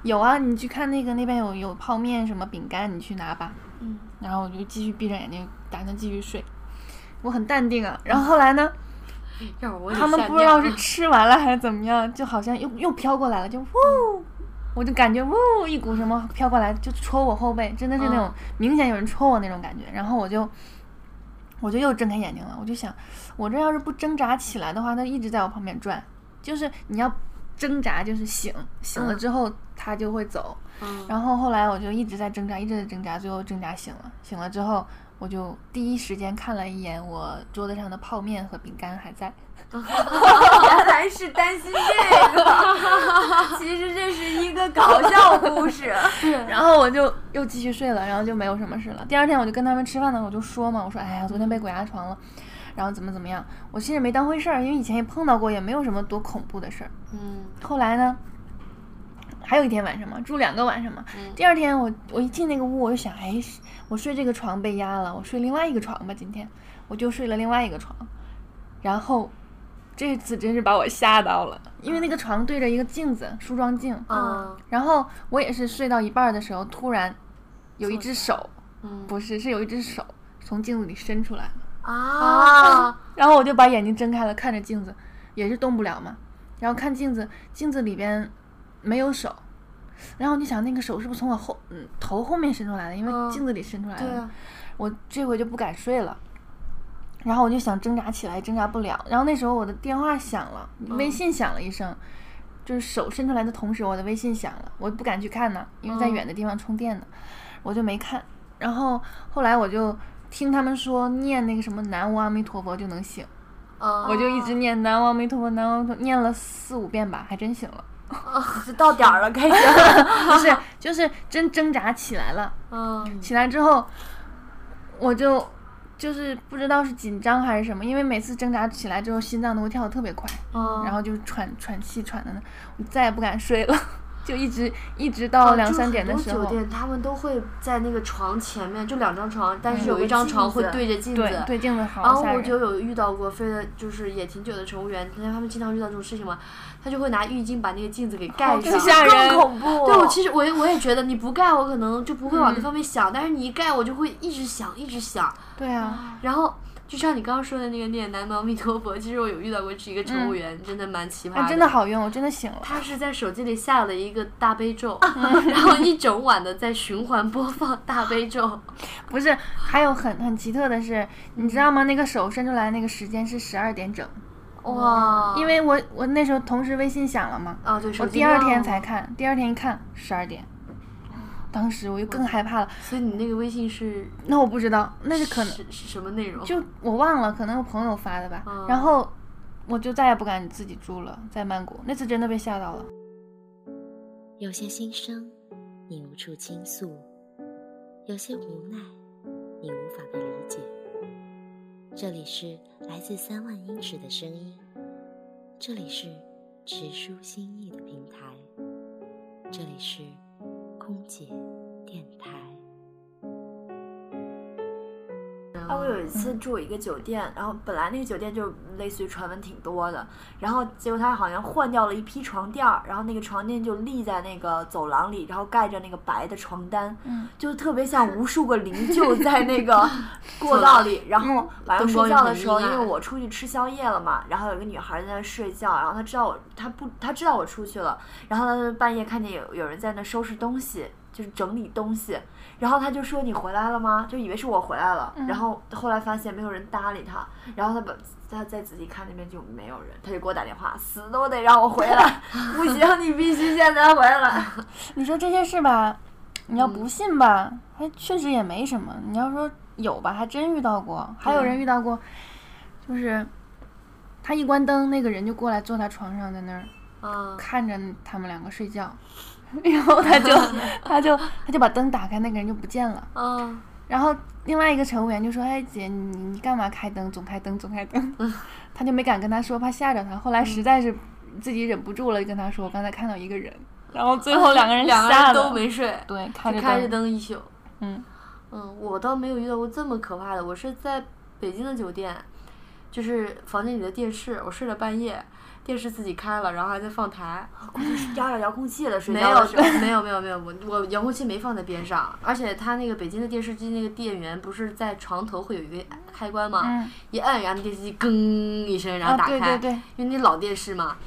Speaker 4: 有啊，你去看那个那边有有泡面什么饼干，你去拿吧。
Speaker 3: 嗯，
Speaker 4: 然后我就继续闭上眼睛，打算继续睡，我很淡定啊。然后后来呢？
Speaker 2: 要不我得
Speaker 4: 他们
Speaker 2: 吓
Speaker 4: 不知
Speaker 2: 尿
Speaker 4: 道
Speaker 2: 啊
Speaker 4: 是
Speaker 2: 了
Speaker 4: 吃完了还是怎么样，就好像又又飘过来了，就呜，我就感觉呜一股什么飘过来，就戳我后背，真的是那种、
Speaker 2: 嗯
Speaker 4: 明显有人戳我那种感觉。然后我就我就又睁开眼睛了，我就想，我这要是不挣扎起来的话，它一直在我旁边转，就是你要。挣扎就是醒，醒
Speaker 2: 嗯
Speaker 4: 了之后它就会走。然后后来我就一直在挣扎，一直在挣扎，最后挣扎醒了。醒了之后，我就第一时间看了一眼我桌子上的泡面和饼干还在，
Speaker 3: (laughs) 原来是担心
Speaker 2: (laughs)
Speaker 3: 这个，其实这是一个搞笑故事。
Speaker 4: 然后我就又继续睡了，然后就没有什么事了。第二天我就跟他们吃饭呢，我就说嘛，我说哎呀，昨天被鬼压床了，然后怎么怎么样，我其实也没当回事儿，因为以前也碰到过，也没有什么多恐怖的事儿。
Speaker 2: 嗯，
Speaker 4: 后来呢，还有一天晚上嘛，住两个晚上嘛。第二天我我一进那个屋，我就想，哎，是我睡这个床被压了，我睡另外一个床吧，今天我就睡了另外一个床，然后。这次真是把我吓到了，因为那个床对着一个镜子，梳妆镜。
Speaker 2: 啊，
Speaker 4: 然后我也是睡到一半儿的时候，突然有一只手，
Speaker 2: 嗯
Speaker 4: 不是，是有一只手从镜子里伸出来了。
Speaker 2: 啊，
Speaker 4: 然后我就把眼睛睁开了，看着镜子，也是动不了嘛。然后看镜子，镜子里边没有手，然后我就想那个手是不是从我后嗯头后面伸出来的？因为
Speaker 2: 嗯
Speaker 4: 镜子里伸出来的。
Speaker 2: 对啊，
Speaker 4: 我这回就不敢睡了。然后我就想挣扎起来，挣扎不了。然后那时候我的电话响了，微信响了一声，就是手伸出来的同时，我的微信响了，我不敢去看呢，因为
Speaker 2: 嗯
Speaker 4: 在远的地方充电呢，我就没看。然后后来我就听他们说念那个什么南无阿弥陀佛就能醒，
Speaker 2: 啊，
Speaker 4: 我就一直念南无阿弥陀佛，南无阿弥陀佛，念了四五遍吧，还真醒了，
Speaker 2: 哦
Speaker 3: 就到点儿了，开始。
Speaker 4: (laughs) 就是就是真挣扎起来了。
Speaker 2: 嗯
Speaker 4: 起来之后，我就就是不知道是紧张还是什么，因为每次挣扎起来之后，心脏都会跳得特别快，
Speaker 2: 嗯
Speaker 4: 然后就喘喘气喘的呢，我再也不敢睡了， (laughs) 就一直一直到
Speaker 2: 啊
Speaker 4: 哦两
Speaker 2: 就
Speaker 4: 三点的
Speaker 2: 很
Speaker 4: 时
Speaker 2: 多
Speaker 4: 候
Speaker 2: 酒，店他们都会在那个床前面，就两张床，但是
Speaker 4: 嗯
Speaker 2: 有
Speaker 3: 有
Speaker 2: 一
Speaker 3: 个
Speaker 2: 张
Speaker 3: 镜
Speaker 2: 床会
Speaker 3: 子
Speaker 2: 对着镜子，
Speaker 4: 对对镜子好
Speaker 2: 然后
Speaker 4: 吓
Speaker 2: 我
Speaker 4: 人
Speaker 2: 就有遇到过飞的，就是也挺久的乘务员，他们经常遇到这种事情嘛，他就会拿浴巾把那个镜子给盖上。
Speaker 4: 更哦吓人，
Speaker 3: 恐怖。
Speaker 2: 对我其实我也我也觉得你不盖我可能就不会
Speaker 4: 嗯
Speaker 2: 往那方面想，但是你一盖我就会一直想一直想，
Speaker 4: 对啊，
Speaker 2: 然后。就像你刚刚说的那个念南无阿弥陀佛，其实我有遇到过是一个乘务
Speaker 4: 嗯哎
Speaker 2: 员，真的蛮奇葩
Speaker 4: 但真的好用，我真的醒了，
Speaker 2: 他是在手机里下了一个大悲咒，
Speaker 4: 啊
Speaker 2: (laughs) 然后一整晚的在循环播放大悲咒。
Speaker 4: 不是，还有很很奇特的是，你知道吗？那个手伸出来那个时间是十二点整，
Speaker 2: 哇！
Speaker 4: 因为我我那时候同时微信响了嘛，
Speaker 2: 啊，哦对，手
Speaker 4: 我
Speaker 2: 机
Speaker 4: 第二
Speaker 2: 亮
Speaker 4: 天
Speaker 2: 了哦
Speaker 4: 才，看，第二天一看十二点，当时我就更害怕了。
Speaker 2: 所以你那个微信是
Speaker 4: 那我不知道，那是可能
Speaker 2: 是是什么内容？
Speaker 4: 就我忘了，可能我朋友发的吧。
Speaker 2: 嗯
Speaker 4: 然后我就再也不敢自己住了，在曼谷那次真的被吓到了。
Speaker 6: 有些心声你无处倾诉，有些无奈
Speaker 9: 你无法被理解。这里是来自三万英尺的声音，这里是直抒心意的平台，这里是空姐电台。
Speaker 3: 啊，我有一次住一个酒店，然后本来那个酒店就类似于传闻挺多的，然后结果他好像换掉了一批床垫儿，然后那个床垫就立在那个走廊里，然后盖着那个白的床单，
Speaker 4: 嗯，
Speaker 3: 就特别像无数个灵
Speaker 2: (laughs)
Speaker 3: 柩在那个过道里。然后晚上睡觉的时候，
Speaker 2: 嗯灯光也很阴
Speaker 3: 因为
Speaker 2: 暗
Speaker 3: 我出去吃宵夜了嘛，然后有一个女孩在那睡觉，然后她知道我，她不，她知道我出去了，然后她就半夜看见有有人在那收拾东西，就是整理东西，然后他就说你回来了吗？就以为是我回来
Speaker 2: 嗯
Speaker 3: 了，然后后来发现没有人搭理他，然后他把他再仔细看那边就没有人，他就给我打电话，死都得让我回
Speaker 2: (laughs)
Speaker 3: 来，不行，你必须现在回来。
Speaker 4: 你说这些事吧，你
Speaker 2: 嗯
Speaker 4: 要不信吧，还确实也没什么。你要说有吧，还真遇到过，还
Speaker 2: 嗯
Speaker 4: 有人遇到过，就是他一关灯，那个人就过来坐他床上，在那儿
Speaker 2: 啊，
Speaker 4: 看着他们两个睡觉， (laughs) 然后他
Speaker 2: (laughs)
Speaker 4: 就他就他就把灯打开，那个人就不见了。
Speaker 2: 嗯，
Speaker 4: 然后另外一个乘务员就说：“哎姐，你你干嘛开灯？总开灯，总开灯。”
Speaker 2: 嗯
Speaker 4: (laughs) 他就没敢跟他说，怕吓着他。后来实在是自己忍不住了，就跟他说：“我刚才看到一个人。”然后最后两个人
Speaker 2: 嗯 (laughs) 两个
Speaker 4: 吓
Speaker 2: 人
Speaker 4: 得
Speaker 2: 都没睡，
Speaker 4: 对，开
Speaker 2: 就
Speaker 4: 着
Speaker 2: 开着灯一宿。
Speaker 4: 嗯
Speaker 2: 嗯，我倒没有遇到过这么可怕的。我是在北京的酒店，就是房间里的电视，我睡了半夜，电视自己开了，然后还在放台。
Speaker 4: 哦
Speaker 3: 压着遥控器了，睡
Speaker 2: 没
Speaker 3: 觉
Speaker 2: 有
Speaker 3: 的时候。，
Speaker 2: 没有，没有，没有，我我遥控器没放在边上，而且它那个北京的电视机那个电源不是在床头会有一个开关吗？
Speaker 4: 嗯
Speaker 2: 一按，然后电视机更一声，然后打
Speaker 4: 啊，
Speaker 2: 开。
Speaker 4: 对对对，
Speaker 2: 因为那老电视嘛。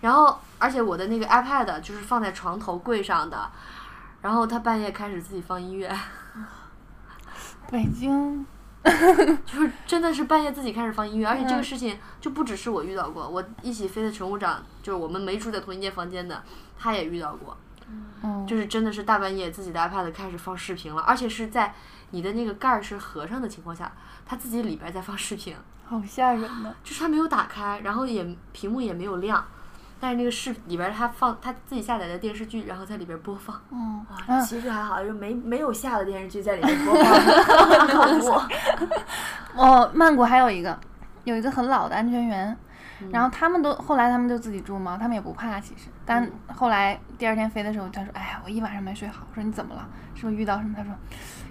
Speaker 2: 然后，而且我的那个 iPad 就是放在床头柜上的，然后他半夜开始自己放音乐，
Speaker 4: 北京
Speaker 2: 就是真的是半夜自己开始放音乐，而且这个
Speaker 4: 嗯
Speaker 2: 事情就不只是我遇到过，我一起飞的乘务长就是我们没住在同一间房间的，他也遇到过，
Speaker 4: 嗯
Speaker 2: 就是真的是大半夜自己的 iPad 开始放视频了，而且是在你的那个 (laughs) 盖儿是合上的情况下，他自己里边在放视频，
Speaker 4: 好吓人呢。
Speaker 2: 就是它没有打开，然后也屏幕也没有亮，但是那个视里边它放它自己下载的电视剧，然后在里边播放。
Speaker 4: 嗯，
Speaker 3: 哇其实还好，就没没有吓的电视剧在里面
Speaker 4: (laughs)
Speaker 3: 播放，很恐怖。
Speaker 4: 哦，曼谷还有一个，有一个很老的安全员，然后他们都后来他们就自己住嘛，他们也不怕其实。但后来第二天飞的时候，他说：“哎呀，我一晚上没睡好。”我说：“你怎么了？是不是遇到什么？”他说：“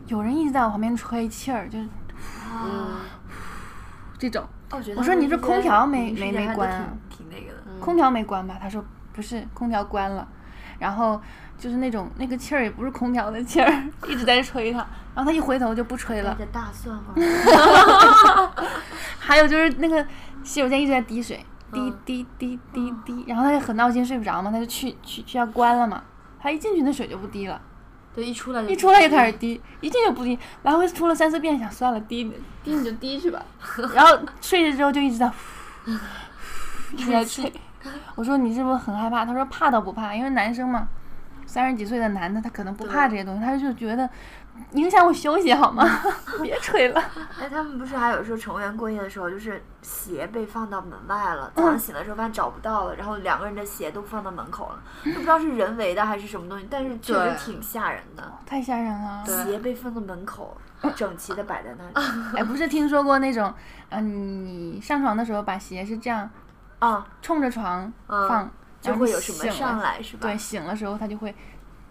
Speaker 4: 有人一直在我旁边吹气儿，就是
Speaker 2: 嗯
Speaker 4: 这种。
Speaker 3: 哦我觉得
Speaker 4: 我说你这空调没
Speaker 3: 这些
Speaker 4: 没没关啊
Speaker 3: 挺挺那个的。嗯
Speaker 4: 空调没关吧？”他说：“不是，空调关了。”然后就是那种那个气儿也不是空调的气儿， (laughs) 一直在吹他。然后他一回头就不吹了
Speaker 3: 这。大蒜花，
Speaker 4: 还有就是那个洗手间一直在滴水，滴滴滴滴滴，然后他就很闹心睡不着嘛，他就去去去要关了嘛，他一进去那水就不滴了，
Speaker 2: 对，一出来就
Speaker 4: 一出来就开始滴，一进就不滴，来回出了三四遍，想算了，滴滴你就滴 (laughs) 去吧，然后睡着之后就一直在， (laughs) 一直在吹。我说你是不是很害怕？他说怕倒不怕，因为男生嘛，三十几岁的男的他可能不怕这些东西，他就觉得影响我休息好 (laughs) 吗？别吹了。
Speaker 3: 哎，他们不是还有说乘务员过夜的时候，就是鞋被放到门外了，早上醒的时候发现找不到了，然后两个人的鞋都放到门口了，都不知道是人为的还是什么东西，但是确
Speaker 2: 对
Speaker 3: 实挺吓人的。
Speaker 4: 太吓人了，
Speaker 3: 鞋被放到门口，整齐的摆在那里。
Speaker 4: 哎，不是听说过那种，嗯、你上床的时候把鞋是这样
Speaker 3: 啊，
Speaker 4: 冲着床
Speaker 2: 嗯
Speaker 4: 放，
Speaker 3: 就
Speaker 4: 然后
Speaker 3: 会
Speaker 4: 你
Speaker 3: 有什么
Speaker 4: 醒了
Speaker 3: 上？来是吧？
Speaker 4: 对，醒了时候它就会，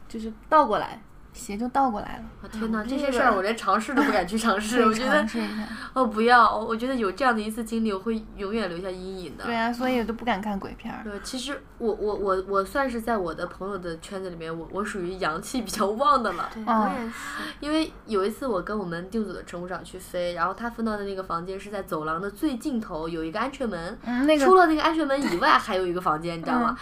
Speaker 4: 就是倒过来，鞋就倒过来了。
Speaker 2: 我天哪，这些事儿我连尝试都不敢去尝
Speaker 4: (laughs)
Speaker 2: 试。
Speaker 4: 可
Speaker 2: 我
Speaker 4: 以
Speaker 2: 觉得
Speaker 4: 嗯尝试一下。
Speaker 2: 哦不要，我觉得有这样的一次经历，我会永远留下阴影的。
Speaker 4: 对啊，所以我都不敢看鬼片儿。
Speaker 2: 对，其实我我我我算是在我的朋友的圈子里面，我我属于阳气比较旺的了。
Speaker 3: 对，
Speaker 4: 哦
Speaker 3: 我也是。
Speaker 2: 因为有一次我跟我们定组的乘务长去飞，然后他分到的那个房间是在走廊的最尽头，有一个安全门。
Speaker 4: 嗯，那个嗯
Speaker 2: 除了那个安全门以
Speaker 4: (laughs)
Speaker 2: 外，还有一个房间，你知道吗？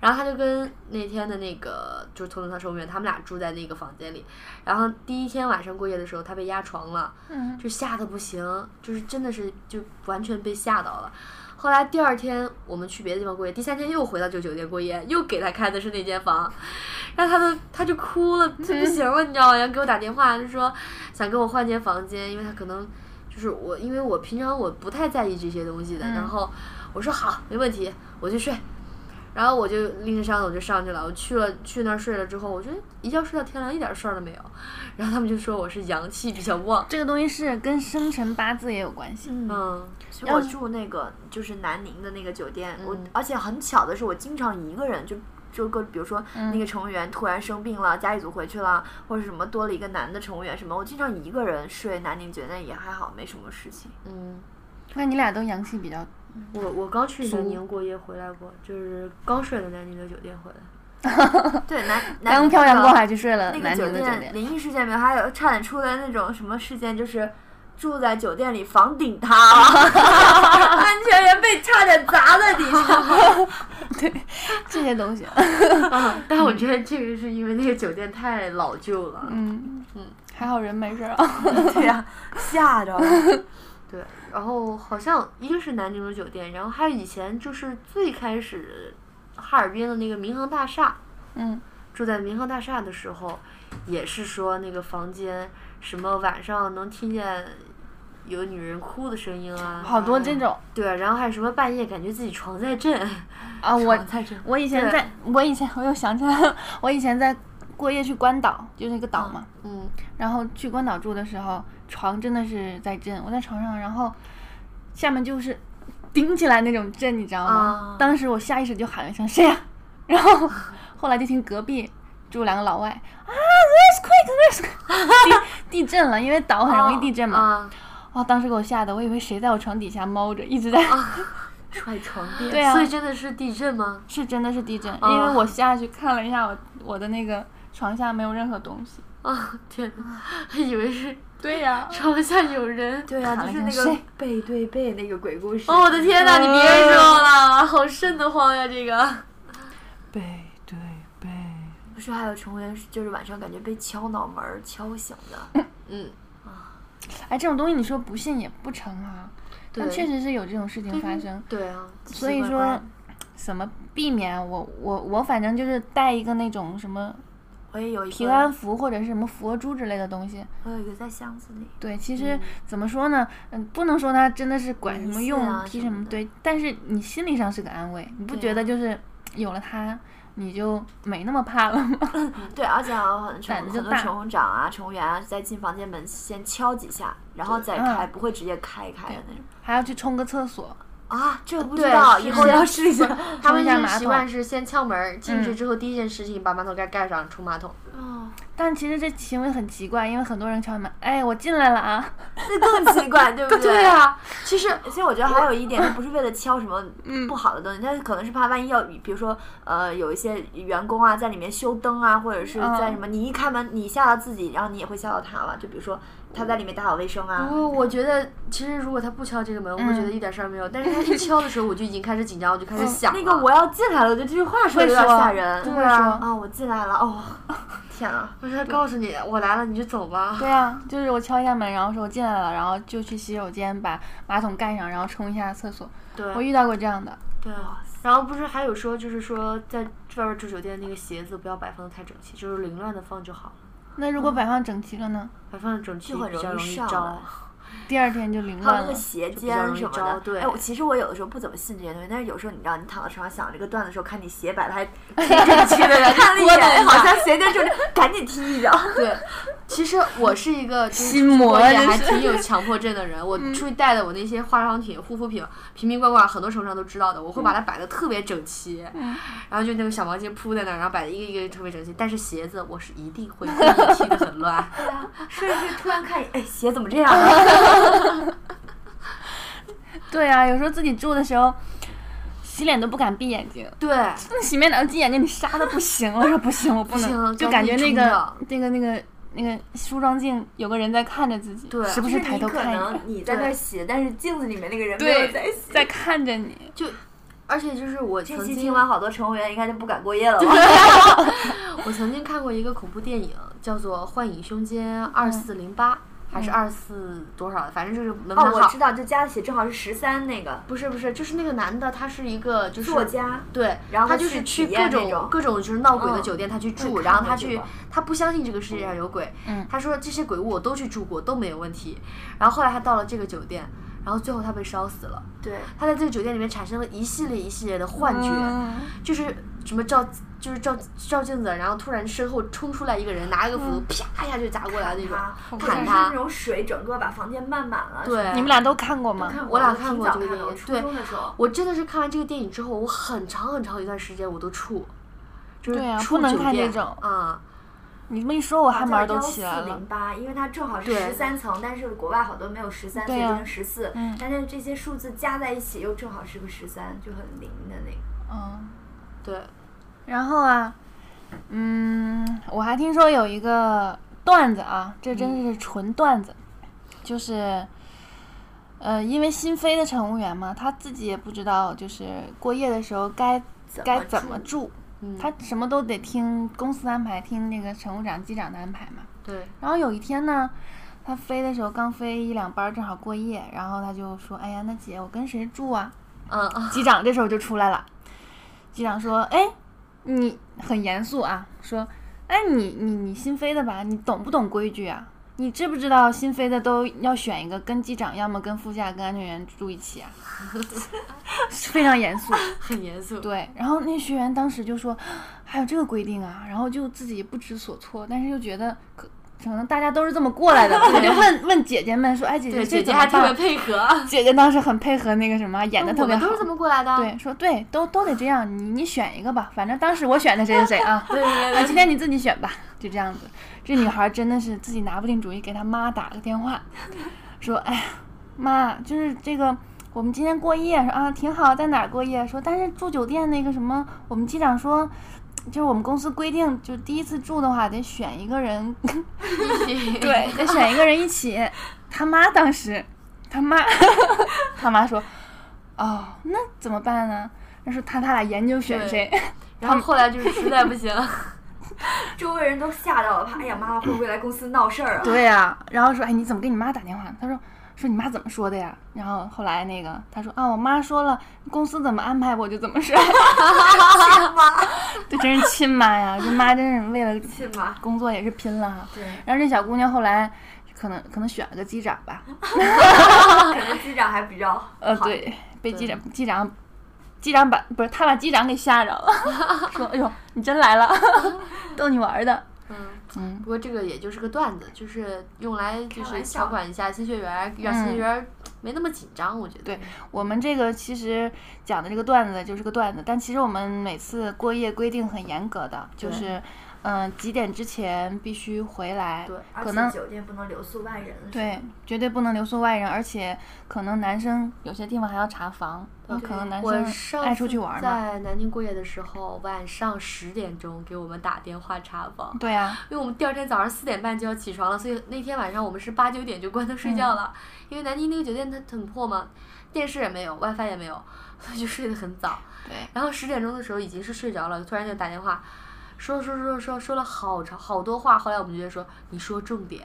Speaker 2: 然后他就跟那天的那个就是头等舱乘务员，他们俩住在那个房间里。然后第一天晚上过夜的时候，他被压床了，
Speaker 4: 嗯
Speaker 2: 就吓得不行，就是真的是就完全被吓到了。后来第二天我们去别的地方过夜，第三天又回到这个酒店过夜，又给他开的是那间房，然后他都他就哭了，就不行了，你知道吗？然后给我打电话就说想跟我换间房间，因为他可能就是我，因为我平常我不太在意这些东西的，然后我说好，没问题，我去睡。然后我就拎着箱子我就上去了，我去了去那儿睡了之后，我觉得一觉睡到天亮一点事儿都没有，然后他们就说我是阳气比较旺，
Speaker 4: 这个东西是跟生辰八字也有关系。
Speaker 2: 嗯，
Speaker 3: 其实我住那个就是南宁的那个酒店，我
Speaker 4: 嗯
Speaker 3: 而且很巧的是，我经常一个人就。就个，比如说
Speaker 4: 嗯
Speaker 3: 那个乘务员突然生病了，家里组回去了，或者什么多了一个男的乘务员什么，我经常一个人睡南宁酒店也还好，没什么事情。
Speaker 4: 那你俩都阳气比较，
Speaker 2: 我我刚去南宁过夜回来过，就是刚睡的南宁的酒店回来。
Speaker 4: (laughs)
Speaker 3: 对，南南
Speaker 4: 刚
Speaker 3: 宁
Speaker 4: 漂洋过海去睡了
Speaker 3: 那个
Speaker 4: 南宁
Speaker 3: 酒
Speaker 4: 的酒店，
Speaker 3: 灵异事件没有，还有差点出来那种什么事件，就是住在酒店里房顶塌了， (laughs) 安全员被差点砸在
Speaker 4: (laughs)
Speaker 3: 地上。
Speaker 4: 这些东
Speaker 3: (laughs)
Speaker 4: 西。
Speaker 2: 啊，但我觉得这个是因为那个酒店太老旧了。
Speaker 4: 嗯嗯，还好人没事儿啊。
Speaker 3: 对呀、吓着了。
Speaker 2: 对，然后好像一个是南宁的酒店，然后还有以前就是最开始哈尔滨的那个民航大厦，
Speaker 4: 嗯，
Speaker 2: 住在民航大厦的时候，也是说那个房间什么晚上能听见有女人哭的声音啊，
Speaker 4: 好多这种
Speaker 2: 对，啊然后还有什么半夜感觉自己床在
Speaker 3: (laughs)
Speaker 2: 震，
Speaker 3: 嗯
Speaker 4: 啊，我
Speaker 2: 在震，
Speaker 4: 我以前
Speaker 2: 对
Speaker 4: 在，我以前我又想起来了，我以前在过夜去关岛，就是一个岛嘛，
Speaker 2: 嗯，
Speaker 4: 然后去关岛住的时候，床真的是在震，我在床上，然后下面就是顶起来那种震，你知道吗？
Speaker 2: 啊
Speaker 4: 当时我下意识就喊了一声“谁呀、
Speaker 2: (laughs)
Speaker 4: 然后后来就听隔壁住两个老外啊，earthquake earthquake，地 (laughs) 地震了，因为岛很容易地震嘛。
Speaker 2: 啊，
Speaker 4: 哇、当时给我吓得，我以为谁在我床底下猫着，一直在。
Speaker 2: 踹床垫，
Speaker 4: (laughs) 对啊
Speaker 2: 啊所以真的是地震吗？
Speaker 4: 是真的是地震，因
Speaker 3: 哦
Speaker 4: 为我下去看了一下我我的那个床下没有任何东西。
Speaker 2: 啊，天哪， (laughs) 以为是
Speaker 4: 对呀、
Speaker 2: 床下有人。
Speaker 3: 对呀、
Speaker 4: 卡了
Speaker 3: 就是
Speaker 4: 一
Speaker 3: 那
Speaker 4: 下
Speaker 3: 个
Speaker 4: 睡
Speaker 3: 背对背那个鬼故事。
Speaker 2: 哦，我的天哪！你别说了，好瘆得慌呀，这个。
Speaker 4: 背对背，
Speaker 3: 不是还有乘务员是就是晚上感觉被敲脑门儿敲醒的，
Speaker 2: 嗯，
Speaker 4: 哎，这种东西你说不信也不成啊，但
Speaker 2: 对
Speaker 4: 确实是有这种事情发生，
Speaker 2: (laughs) 对啊，
Speaker 4: 所以
Speaker 3: 奇怪
Speaker 4: 说
Speaker 3: 吧
Speaker 4: 怎么避免我我我反正就是带一个那种什么
Speaker 3: 我也有一个
Speaker 4: 平安符或者是什么佛珠之类的东西。
Speaker 3: 我有一个在箱子里。
Speaker 4: 对，其
Speaker 3: 嗯
Speaker 4: 实怎么说呢，嗯，不能说它真的是管什
Speaker 3: 迷
Speaker 4: 么
Speaker 3: 信
Speaker 4: 用
Speaker 3: 啊，
Speaker 4: 提
Speaker 3: 什
Speaker 4: 什
Speaker 3: 么
Speaker 4: 么
Speaker 3: 的
Speaker 4: 对，但是你心理上是个安慰，你不
Speaker 3: 对
Speaker 4: 觉得
Speaker 3: 啊
Speaker 4: 就是有了它你就没那么怕了吗？ (laughs)
Speaker 3: 对，而且还
Speaker 2: 啊
Speaker 3: 有很乘
Speaker 4: 胆子就
Speaker 3: 很多
Speaker 4: 大
Speaker 3: 乘务长啊、乘务员啊，在进房间门先敲几下，然后再
Speaker 4: 嗯
Speaker 3: 开，不会直接开开的那种。
Speaker 4: 还要去冲个厕所，
Speaker 3: 啊，这不知
Speaker 2: 对
Speaker 3: 道，
Speaker 2: 是
Speaker 3: 以后
Speaker 2: 的
Speaker 3: 要试一下。
Speaker 2: 他们
Speaker 4: 冲一下
Speaker 2: 是
Speaker 4: 马桶
Speaker 2: 习惯是先敲门，进去
Speaker 4: 嗯
Speaker 2: 之后第一件事情把马桶盖盖上，冲马桶。
Speaker 3: 哦，
Speaker 4: 但其实这行为很奇怪，因为很多人敲门，哎，我进来了啊，
Speaker 3: 这更奇 (laughs) 怪，对不对？
Speaker 2: 对。啊，其实
Speaker 3: 其实我觉得还有一点，他不是为了敲什么不好的东西，他可能是怕万一要，比如说呃，有一些员工啊在里面修灯啊，或者是在什么，你一开门你吓到自己，然后你也会吓到他了。就比如说他在里面打扫卫生啊，
Speaker 2: 我哦我觉得，其实如果他不敲这个门，我
Speaker 3: 嗯
Speaker 2: 会觉得一点事儿没有。但是他一敲的时候，我就已经开始紧张，我就开始想了
Speaker 3: 那个我要进来了，我觉得这句话说的有点
Speaker 4: 会说
Speaker 3: 吓人。
Speaker 4: 对啊
Speaker 3: 啊，我进来了，哦，天啊！
Speaker 2: 我说他告诉你我来了，你就走吧。
Speaker 4: 对啊，就是我敲一下门，然后说我进来了，然后就去洗手间把马桶盖上，然后冲一下厕所。我
Speaker 2: 对
Speaker 4: 遇到过这样的，
Speaker 2: 对啊。然后不是还有说，就是说在外边住酒店那个鞋子不要摆放的太整齐，就是凌乱的放就好了。
Speaker 4: 那如果摆放整齐了呢？
Speaker 2: 摆放的整齐
Speaker 3: 就很
Speaker 2: 比较
Speaker 3: 容易
Speaker 2: 易
Speaker 3: 上
Speaker 2: 招
Speaker 3: 来。
Speaker 4: 第二天就凌
Speaker 3: 还有
Speaker 4: 乱了
Speaker 3: 那个。鞋
Speaker 2: 就比较
Speaker 3: 尖
Speaker 2: 容易
Speaker 3: 什么
Speaker 2: 招
Speaker 3: 的，
Speaker 2: 对
Speaker 3: 哎，我其实我有的时候不怎么信这些东西，但是有时候你知道，你躺在床上想这个段子的时候，看你鞋摆的 (laughs) 还挺整齐的人，看了一眼，哎好像鞋垫就是赶紧踢一脚。
Speaker 2: 对，其实我是一个就是
Speaker 4: 心魔
Speaker 2: 出去过夜
Speaker 4: 真
Speaker 2: 还
Speaker 4: 是
Speaker 2: 挺有强迫症的人。我
Speaker 3: 嗯
Speaker 2: 出去带的我那些化妆品、护肤品、瓶瓶罐罐，很多手上都知道的，我
Speaker 3: 嗯
Speaker 2: 会把它摆的特别整齐，然后就那个小毛巾铺在那儿，然后摆的一个一个特别整齐。但是鞋子我是一定会 (laughs) 故意踢的很乱。
Speaker 3: (laughs) 是不 (laughs) 是突然看，哎，鞋怎么这样啊？
Speaker 4: 对啊，有时候自己住的时候，洗脸都不敢闭眼睛。
Speaker 2: (laughs) 对，
Speaker 4: 那洗面奶挤眼睛，你杀的不行了，我说不行，我不能，
Speaker 2: 不行
Speaker 4: 就感觉那个
Speaker 2: 赶
Speaker 4: 那个那个那个梳妆镜有个人在看着自己，
Speaker 3: (laughs)
Speaker 2: 对
Speaker 4: 时不时抬头看一
Speaker 3: 你可
Speaker 4: 眼，
Speaker 3: 能 (laughs) 你在那儿洗，但是镜子里面那个人没有在
Speaker 4: 对，
Speaker 3: 洗。
Speaker 4: 在看着你，
Speaker 2: 就而且就是我
Speaker 3: 这
Speaker 2: 曾
Speaker 3: 期
Speaker 2: 经
Speaker 3: 听完，好多乘务员应该就不敢过夜了吧？
Speaker 2: 我曾经看过一个恐怖电影，叫做《幻影凶间二四零八》，还是二四多少的，反正就是门
Speaker 3: 嗯哦，
Speaker 2: 牌
Speaker 3: 我
Speaker 2: 号
Speaker 3: 知。道，就加起正好是十三那个
Speaker 2: 不是不是，就是那个男的，他是一个就是
Speaker 3: 作家。
Speaker 2: 对，
Speaker 3: 然后
Speaker 2: 他
Speaker 3: 他
Speaker 2: 就
Speaker 3: 去
Speaker 2: 是
Speaker 3: 体
Speaker 2: 去各
Speaker 3: 验那
Speaker 2: 种
Speaker 3: 种
Speaker 2: 各种就是闹鬼的
Speaker 3: 嗯
Speaker 2: 酒店，他去
Speaker 3: 我
Speaker 2: 住，
Speaker 3: 也
Speaker 2: 然后
Speaker 3: 看
Speaker 2: 他
Speaker 3: 过这
Speaker 2: 去
Speaker 3: 个，
Speaker 2: 他不相信这个世界上有鬼，
Speaker 4: 嗯
Speaker 2: 他说这些鬼屋我都去住过，都没有问题。然后后来他到了这个酒店，然后最后他被烧死了。
Speaker 3: 对，
Speaker 2: 他在这个酒店里面产生了一系列一系列的幻觉，
Speaker 4: 嗯
Speaker 2: 就是什么照就是照照镜子，然后突然身后冲出来一个人，拿一个斧
Speaker 3: 嗯
Speaker 2: 头、啪一下就砸过来那种，砍
Speaker 3: 是
Speaker 2: 他
Speaker 3: 那。种水整个把房间漫满了。
Speaker 2: 对，
Speaker 4: 你们俩都看过吗？
Speaker 3: 看
Speaker 2: 我俩
Speaker 3: 我
Speaker 2: 看
Speaker 3: 挺
Speaker 2: 过
Speaker 3: 早
Speaker 2: 这个
Speaker 3: 看
Speaker 2: 电
Speaker 3: 的我
Speaker 2: 影，
Speaker 3: 初
Speaker 2: 对
Speaker 3: 中的时候
Speaker 2: 我真的是看完这个电影之后，我很长很长一段时间我都怵，就是
Speaker 4: 对啊
Speaker 2: 怵
Speaker 4: 不能
Speaker 2: 酒
Speaker 4: 看这
Speaker 2: 店
Speaker 4: 种
Speaker 2: 啊，
Speaker 4: 你这么一说，我汗毛
Speaker 3: 叫
Speaker 4: 都起来了
Speaker 3: 零。八，因为它正好是
Speaker 2: 对
Speaker 3: 十三层，但是国外好多没有十三，所
Speaker 4: 对
Speaker 3: 以
Speaker 4: 啊
Speaker 3: 变成十四
Speaker 4: 嗯。
Speaker 3: 但是这些数字加在一起又正好是个十三，就很灵的那个。
Speaker 4: 嗯，
Speaker 2: 对，
Speaker 4: 然后啊，嗯，我还听说有一个段子啊，这真是纯段子，就是，呃，因为新飞的乘务员嘛，他自己也不知道，就是过夜的时候该该怎么住，
Speaker 2: 嗯，
Speaker 4: 他什么都得听公司安排，听那个乘务长、机长的安排嘛。
Speaker 2: 对，
Speaker 4: 然后有一天呢，他飞的时候刚飞一两班，正好过夜，然后他就说：“哎呀，那姐，我跟谁住啊？”
Speaker 2: 嗯 (laughs) 啊，
Speaker 4: 机长这时候就出来了，机长说：“哎，你很严肃啊，说，哎，你你你新飞的吧？你懂不懂规矩啊？你知不知道新飞的都要选一个跟机长，要么跟副驾，跟安全员住一起啊？ (laughs) 非常严肃。”
Speaker 2: 很严肃，
Speaker 4: 对，然后那学员当时就说，还有这个规定啊，然后就自己不知所措，但是又觉得可可能大家都是这么过
Speaker 2: (laughs)
Speaker 4: 来的，他就问问姐姐们说，哎，姐姐
Speaker 2: 对，
Speaker 4: 这
Speaker 2: 姐姐
Speaker 4: 怎么
Speaker 2: 还特别
Speaker 4: 办？
Speaker 2: 配合，
Speaker 4: 姐姐当时很配合 (laughs) 那个什么，演的特
Speaker 2: 我
Speaker 4: 别
Speaker 2: 们
Speaker 4: 好
Speaker 2: 都。是这么过来的，
Speaker 4: 对，说对，都都得这样，你你选一个吧，反正当时我选的谁谁谁啊，
Speaker 2: 对对
Speaker 4: 啊，
Speaker 2: 对
Speaker 4: 今
Speaker 2: 对，
Speaker 4: 天你自己选吧，就这样子。这女孩真的是自己拿不定主意，给她妈打了个电话，说：“哎呀，妈，就是这个，我们今天过夜，说啊挺好，在哪儿过夜？说但是住酒店那个什么，我们机长说，就是我们公司规定，就第一次住的话得选一个人， (laughs) 对，得选一个人一起。他妈当时，他妈，他妈说，哦，那怎么办呢？那说他他俩研究选
Speaker 2: 对
Speaker 4: 谁。”
Speaker 2: 然后后来就是实在不行，
Speaker 4: (laughs)
Speaker 3: 周围人都吓到了，怕哎呀，妈妈会不会来公司闹事儿 (laughs) 啊？
Speaker 4: 对呀、然后说，哎，你怎么给你妈打电话？他说，说你妈怎么说的呀？然后后来那个他说，啊，我妈说了，公司怎么安排我就怎么睡。这真是亲妈呀！这妈真是为了
Speaker 3: 是吗？
Speaker 4: 工作也是拼了哈。
Speaker 3: 对，
Speaker 4: 然后这小姑娘后来可能可能选了个机长吧，啊
Speaker 3: 可能机长还
Speaker 4: (laughs)
Speaker 3: 比较
Speaker 4: 呃，
Speaker 3: 好
Speaker 4: 对，被机长机长机长把不是他把机长给吓着了， (laughs) 说，哎呦，你真来了， (laughs) 逗你玩儿的。
Speaker 2: 嗯。
Speaker 4: 嗯，
Speaker 2: 不过这个也就是个段子，就是用来就
Speaker 3: 开
Speaker 2: 是调
Speaker 3: 玩笑
Speaker 2: 管一下新学员，让新学员没那么紧张，我觉得。
Speaker 4: 嗯对我们这个其实讲的这个段子就是个段子，但其实我们每次过夜规定很严格的，就
Speaker 2: 对
Speaker 4: 是嗯、呃几点之前必须回来，
Speaker 2: 对
Speaker 3: 而
Speaker 4: 可能
Speaker 3: 且酒店不能留宿外人。
Speaker 4: 对，绝对不能留宿外人，而且可能男生有些地方还要查房，有可能男
Speaker 2: 我
Speaker 4: 生
Speaker 2: 上
Speaker 4: 爱出去
Speaker 2: 次
Speaker 4: 玩嘛，
Speaker 2: 在南京过夜的时候，晚上十点钟给我们打电话查房，
Speaker 4: 对啊，
Speaker 2: 因为我们第二天早上四点半就要起床了，所以那天晚上我们是八九点就关灯睡
Speaker 4: 嗯
Speaker 2: 觉了。因为南京那个酒店它很破嘛，电视也没有，WiFi 也没有，所以就睡得很早。
Speaker 4: 对，
Speaker 2: 然后十点钟的时候已经是睡着了，突然就打电话，说说说说说了好长好多话。后来我们就觉得说，你说重
Speaker 4: (laughs)
Speaker 2: 点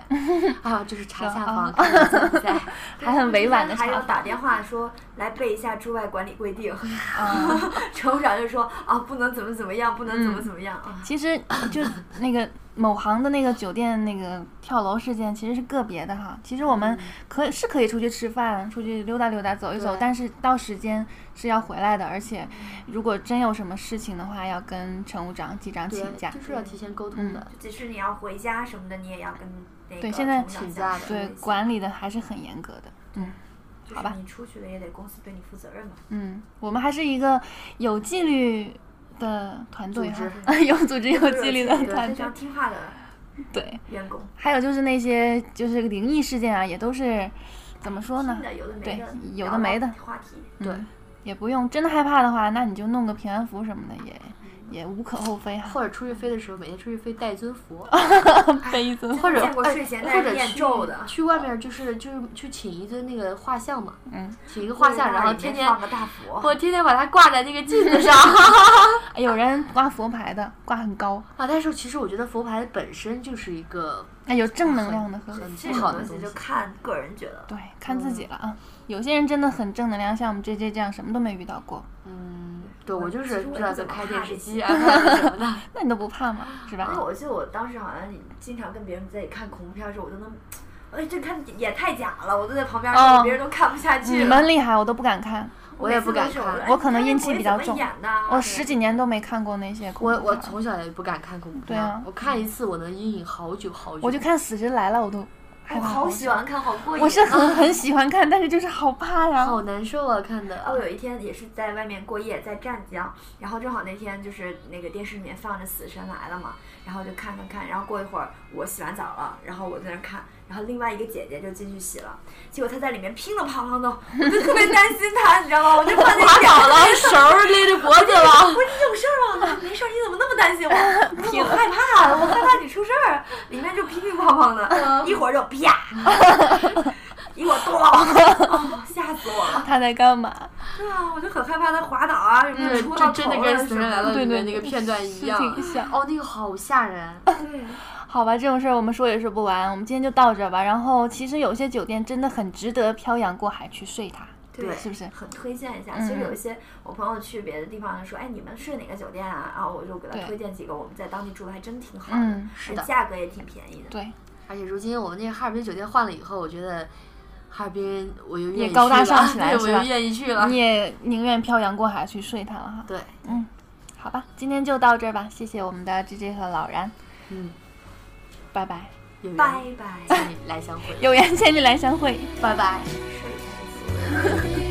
Speaker 2: 啊，就是查下房，
Speaker 4: 哦
Speaker 2: 看看在不在。
Speaker 4: 还很委婉的
Speaker 3: 还有
Speaker 4: 查
Speaker 3: 打
Speaker 4: 房，
Speaker 3: 电话说来背一下驻外管理规定，
Speaker 4: 嗯。
Speaker 3: (laughs) 乘务长就说啊，不能怎么怎么样，不能怎么怎么样啊。
Speaker 4: 其实就那个某行的那个酒店那个跳楼事件，其实是个别的哈。其实我们可以是可以出去吃饭，出去溜达溜达、走一走
Speaker 2: 对，
Speaker 4: 但是到时间是要回来的。而且，如果真有什么事情的话，要跟乘务长、机长
Speaker 2: 对
Speaker 4: (laughs) 请假，。嗯
Speaker 2: 就是要提前沟通的。
Speaker 3: 即使你要回家什么的，你也要跟那个
Speaker 4: 对现在
Speaker 3: 乘务长
Speaker 2: 请
Speaker 3: 讲
Speaker 2: 假
Speaker 3: 说
Speaker 2: 的
Speaker 4: 对
Speaker 3: 一下
Speaker 4: 管理的还是很严格的。嗯
Speaker 3: 就
Speaker 4: 好吧
Speaker 3: 是你出去了也得公司对你负责
Speaker 4: (laughs)
Speaker 3: 任嘛。
Speaker 4: 嗯，我们还是一个有纪律的团队
Speaker 2: 组
Speaker 4: 哈， (laughs) 有组织有纪律的
Speaker 3: (laughs) 对
Speaker 4: 团队
Speaker 3: 非常，听话的
Speaker 4: 对。
Speaker 3: 员工，
Speaker 4: 还有就是那些就是灵异事件啊，也都是怎么说呢
Speaker 3: 真？的有的没
Speaker 4: 对
Speaker 3: 的，
Speaker 4: 有
Speaker 3: 聊
Speaker 4: 的没
Speaker 3: 到
Speaker 4: 的
Speaker 3: 话题。
Speaker 2: 对
Speaker 4: 嗯也不用真的害怕的话，那你就弄个平安符什么的，也也无可厚非啊哈。
Speaker 2: 或者出去飞的时候，每天出去飞带一尊佛，
Speaker 4: 背一尊，
Speaker 2: 或者
Speaker 3: 见过
Speaker 2: 哎
Speaker 3: 睡前在
Speaker 2: 或者
Speaker 3: 念
Speaker 2: 去
Speaker 3: 咒的
Speaker 2: 去外面就是就是去请一尊那个画像嘛，
Speaker 4: 嗯，
Speaker 2: 请一个画像，
Speaker 3: 对啊
Speaker 2: 然后
Speaker 3: 里面
Speaker 2: 天天
Speaker 3: 放个大佛，
Speaker 2: 我天天把它挂在那个镜子上。 (laughs)
Speaker 4: 哎有人挂佛牌的，挂很高，
Speaker 2: 啊，但是其实我觉得佛牌本身就是一个
Speaker 4: 那有正能量的和
Speaker 2: 很
Speaker 3: 这
Speaker 2: 不
Speaker 3: 种
Speaker 2: 好的
Speaker 3: 东
Speaker 2: 东
Speaker 3: 西
Speaker 2: 西
Speaker 3: 就。看个人觉得。
Speaker 4: 对，看自己了啊。有些人真的很正能量，像我们 J J 这样什么都没遇到过，
Speaker 2: 嗯，对
Speaker 3: 我
Speaker 2: 我就
Speaker 3: 其
Speaker 2: 是
Speaker 3: 实
Speaker 2: 不
Speaker 3: 我
Speaker 2: 知
Speaker 3: 也
Speaker 2: 道在
Speaker 3: 不怎么
Speaker 2: 开
Speaker 3: 怕
Speaker 2: 电
Speaker 3: 这
Speaker 2: 视机
Speaker 3: 些 (laughs)
Speaker 2: 啊什么的。
Speaker 4: 那你都不怕吗？是吧
Speaker 2: 哦
Speaker 3: 因为？我记得我当时好像经常跟别人在看恐怖片的时候，我都能，哎，这看也太假了，我都在旁边
Speaker 4: 哦
Speaker 3: 看，别人都看不下去了。
Speaker 4: 你们厉害，我都不敢看，
Speaker 2: 我也不敢看
Speaker 3: 看，
Speaker 4: 我可能阴气比较重哦
Speaker 3: 哎你看这鬼怎么演的
Speaker 4: 我十几年都没看过那些恐怖
Speaker 2: 我
Speaker 4: 片
Speaker 2: 哦我
Speaker 4: 了
Speaker 2: 从小也不敢看恐怖
Speaker 4: 对
Speaker 2: 片，
Speaker 4: 啊
Speaker 2: 我看一次我能阴影好久好久。
Speaker 4: 我就看《死神来了》，我都害
Speaker 3: 我
Speaker 4: 怕
Speaker 3: 哎好喜
Speaker 4: 久
Speaker 3: 欢看，好过瘾。
Speaker 4: 我是很很喜欢看，但是就是好怕呀。
Speaker 2: 好难受啊，看的。
Speaker 3: 我
Speaker 2: (laughs)
Speaker 3: 哦有一天也是在外面过夜，在湛江，然后正好那天就是那个电视里面放着《死神来了》嘛，然后就看看看，然后过一会儿我洗完澡了，然后我在那儿看，然后另外一个姐姐就进去洗了，结果她在里面乒了乓啷的，我就特别担心她，你知道吗？我就
Speaker 2: (laughs)
Speaker 3: 怕那滑倒了，
Speaker 2: 手儿勒着脖子了，
Speaker 3: 我说你有事儿吗？没事儿，你怎么那么担心我？我说我害怕，我害怕你出事儿。里面就乒乒乓乓的，一会儿就啪，一会儿咚，哦吓死我了。
Speaker 4: 他在干嘛？
Speaker 3: 对啊，我就很害怕他滑倒啊什么的，
Speaker 2: 对，
Speaker 3: 戳
Speaker 2: 这
Speaker 3: 到头
Speaker 2: 真的跟
Speaker 3: 了
Speaker 2: 《
Speaker 3: 什
Speaker 2: 死
Speaker 3: 么
Speaker 2: 神来了》
Speaker 3: 的。
Speaker 2: 里
Speaker 4: 对对
Speaker 2: 面那个片段一样。
Speaker 4: 是挺像
Speaker 2: 哦，那个好吓人。
Speaker 4: 好吧，这种事儿我们说也说不完，我们今天就到这儿吧。然后其实有些酒店真的很值得漂洋过海去睡它，
Speaker 3: 对，
Speaker 4: 是不是？
Speaker 3: 很推荐一下。
Speaker 4: 嗯
Speaker 3: 其实有一些我朋友去别的地方说，哎，你们睡哪个酒店啊？然后我就给
Speaker 4: 对
Speaker 3: 他推荐几个，我们在当地住的还真挺好的，哎
Speaker 4: 嗯，
Speaker 2: 是的
Speaker 3: 价格也挺便宜的。
Speaker 4: 对，
Speaker 2: 而且如今我们那个哈尔滨酒店换了以后，我觉得哈尔滨我又愿意
Speaker 4: 也高大
Speaker 2: 去了
Speaker 4: 上起来
Speaker 2: 对，我
Speaker 4: 是吧
Speaker 2: 又愿意去了
Speaker 4: 你。也宁愿漂洋过海去睡它了哈。
Speaker 2: 对，
Speaker 4: 嗯，好吧，今天就到这儿吧，谢谢我们的 J J 和老然，
Speaker 2: 嗯，
Speaker 4: 拜拜，
Speaker 2: 有
Speaker 3: 拜
Speaker 2: 缘
Speaker 3: 拜，
Speaker 2: 千里来相会。
Speaker 4: 有缘千里来相会。
Speaker 2: 拜拜。
Speaker 3: 睡开心。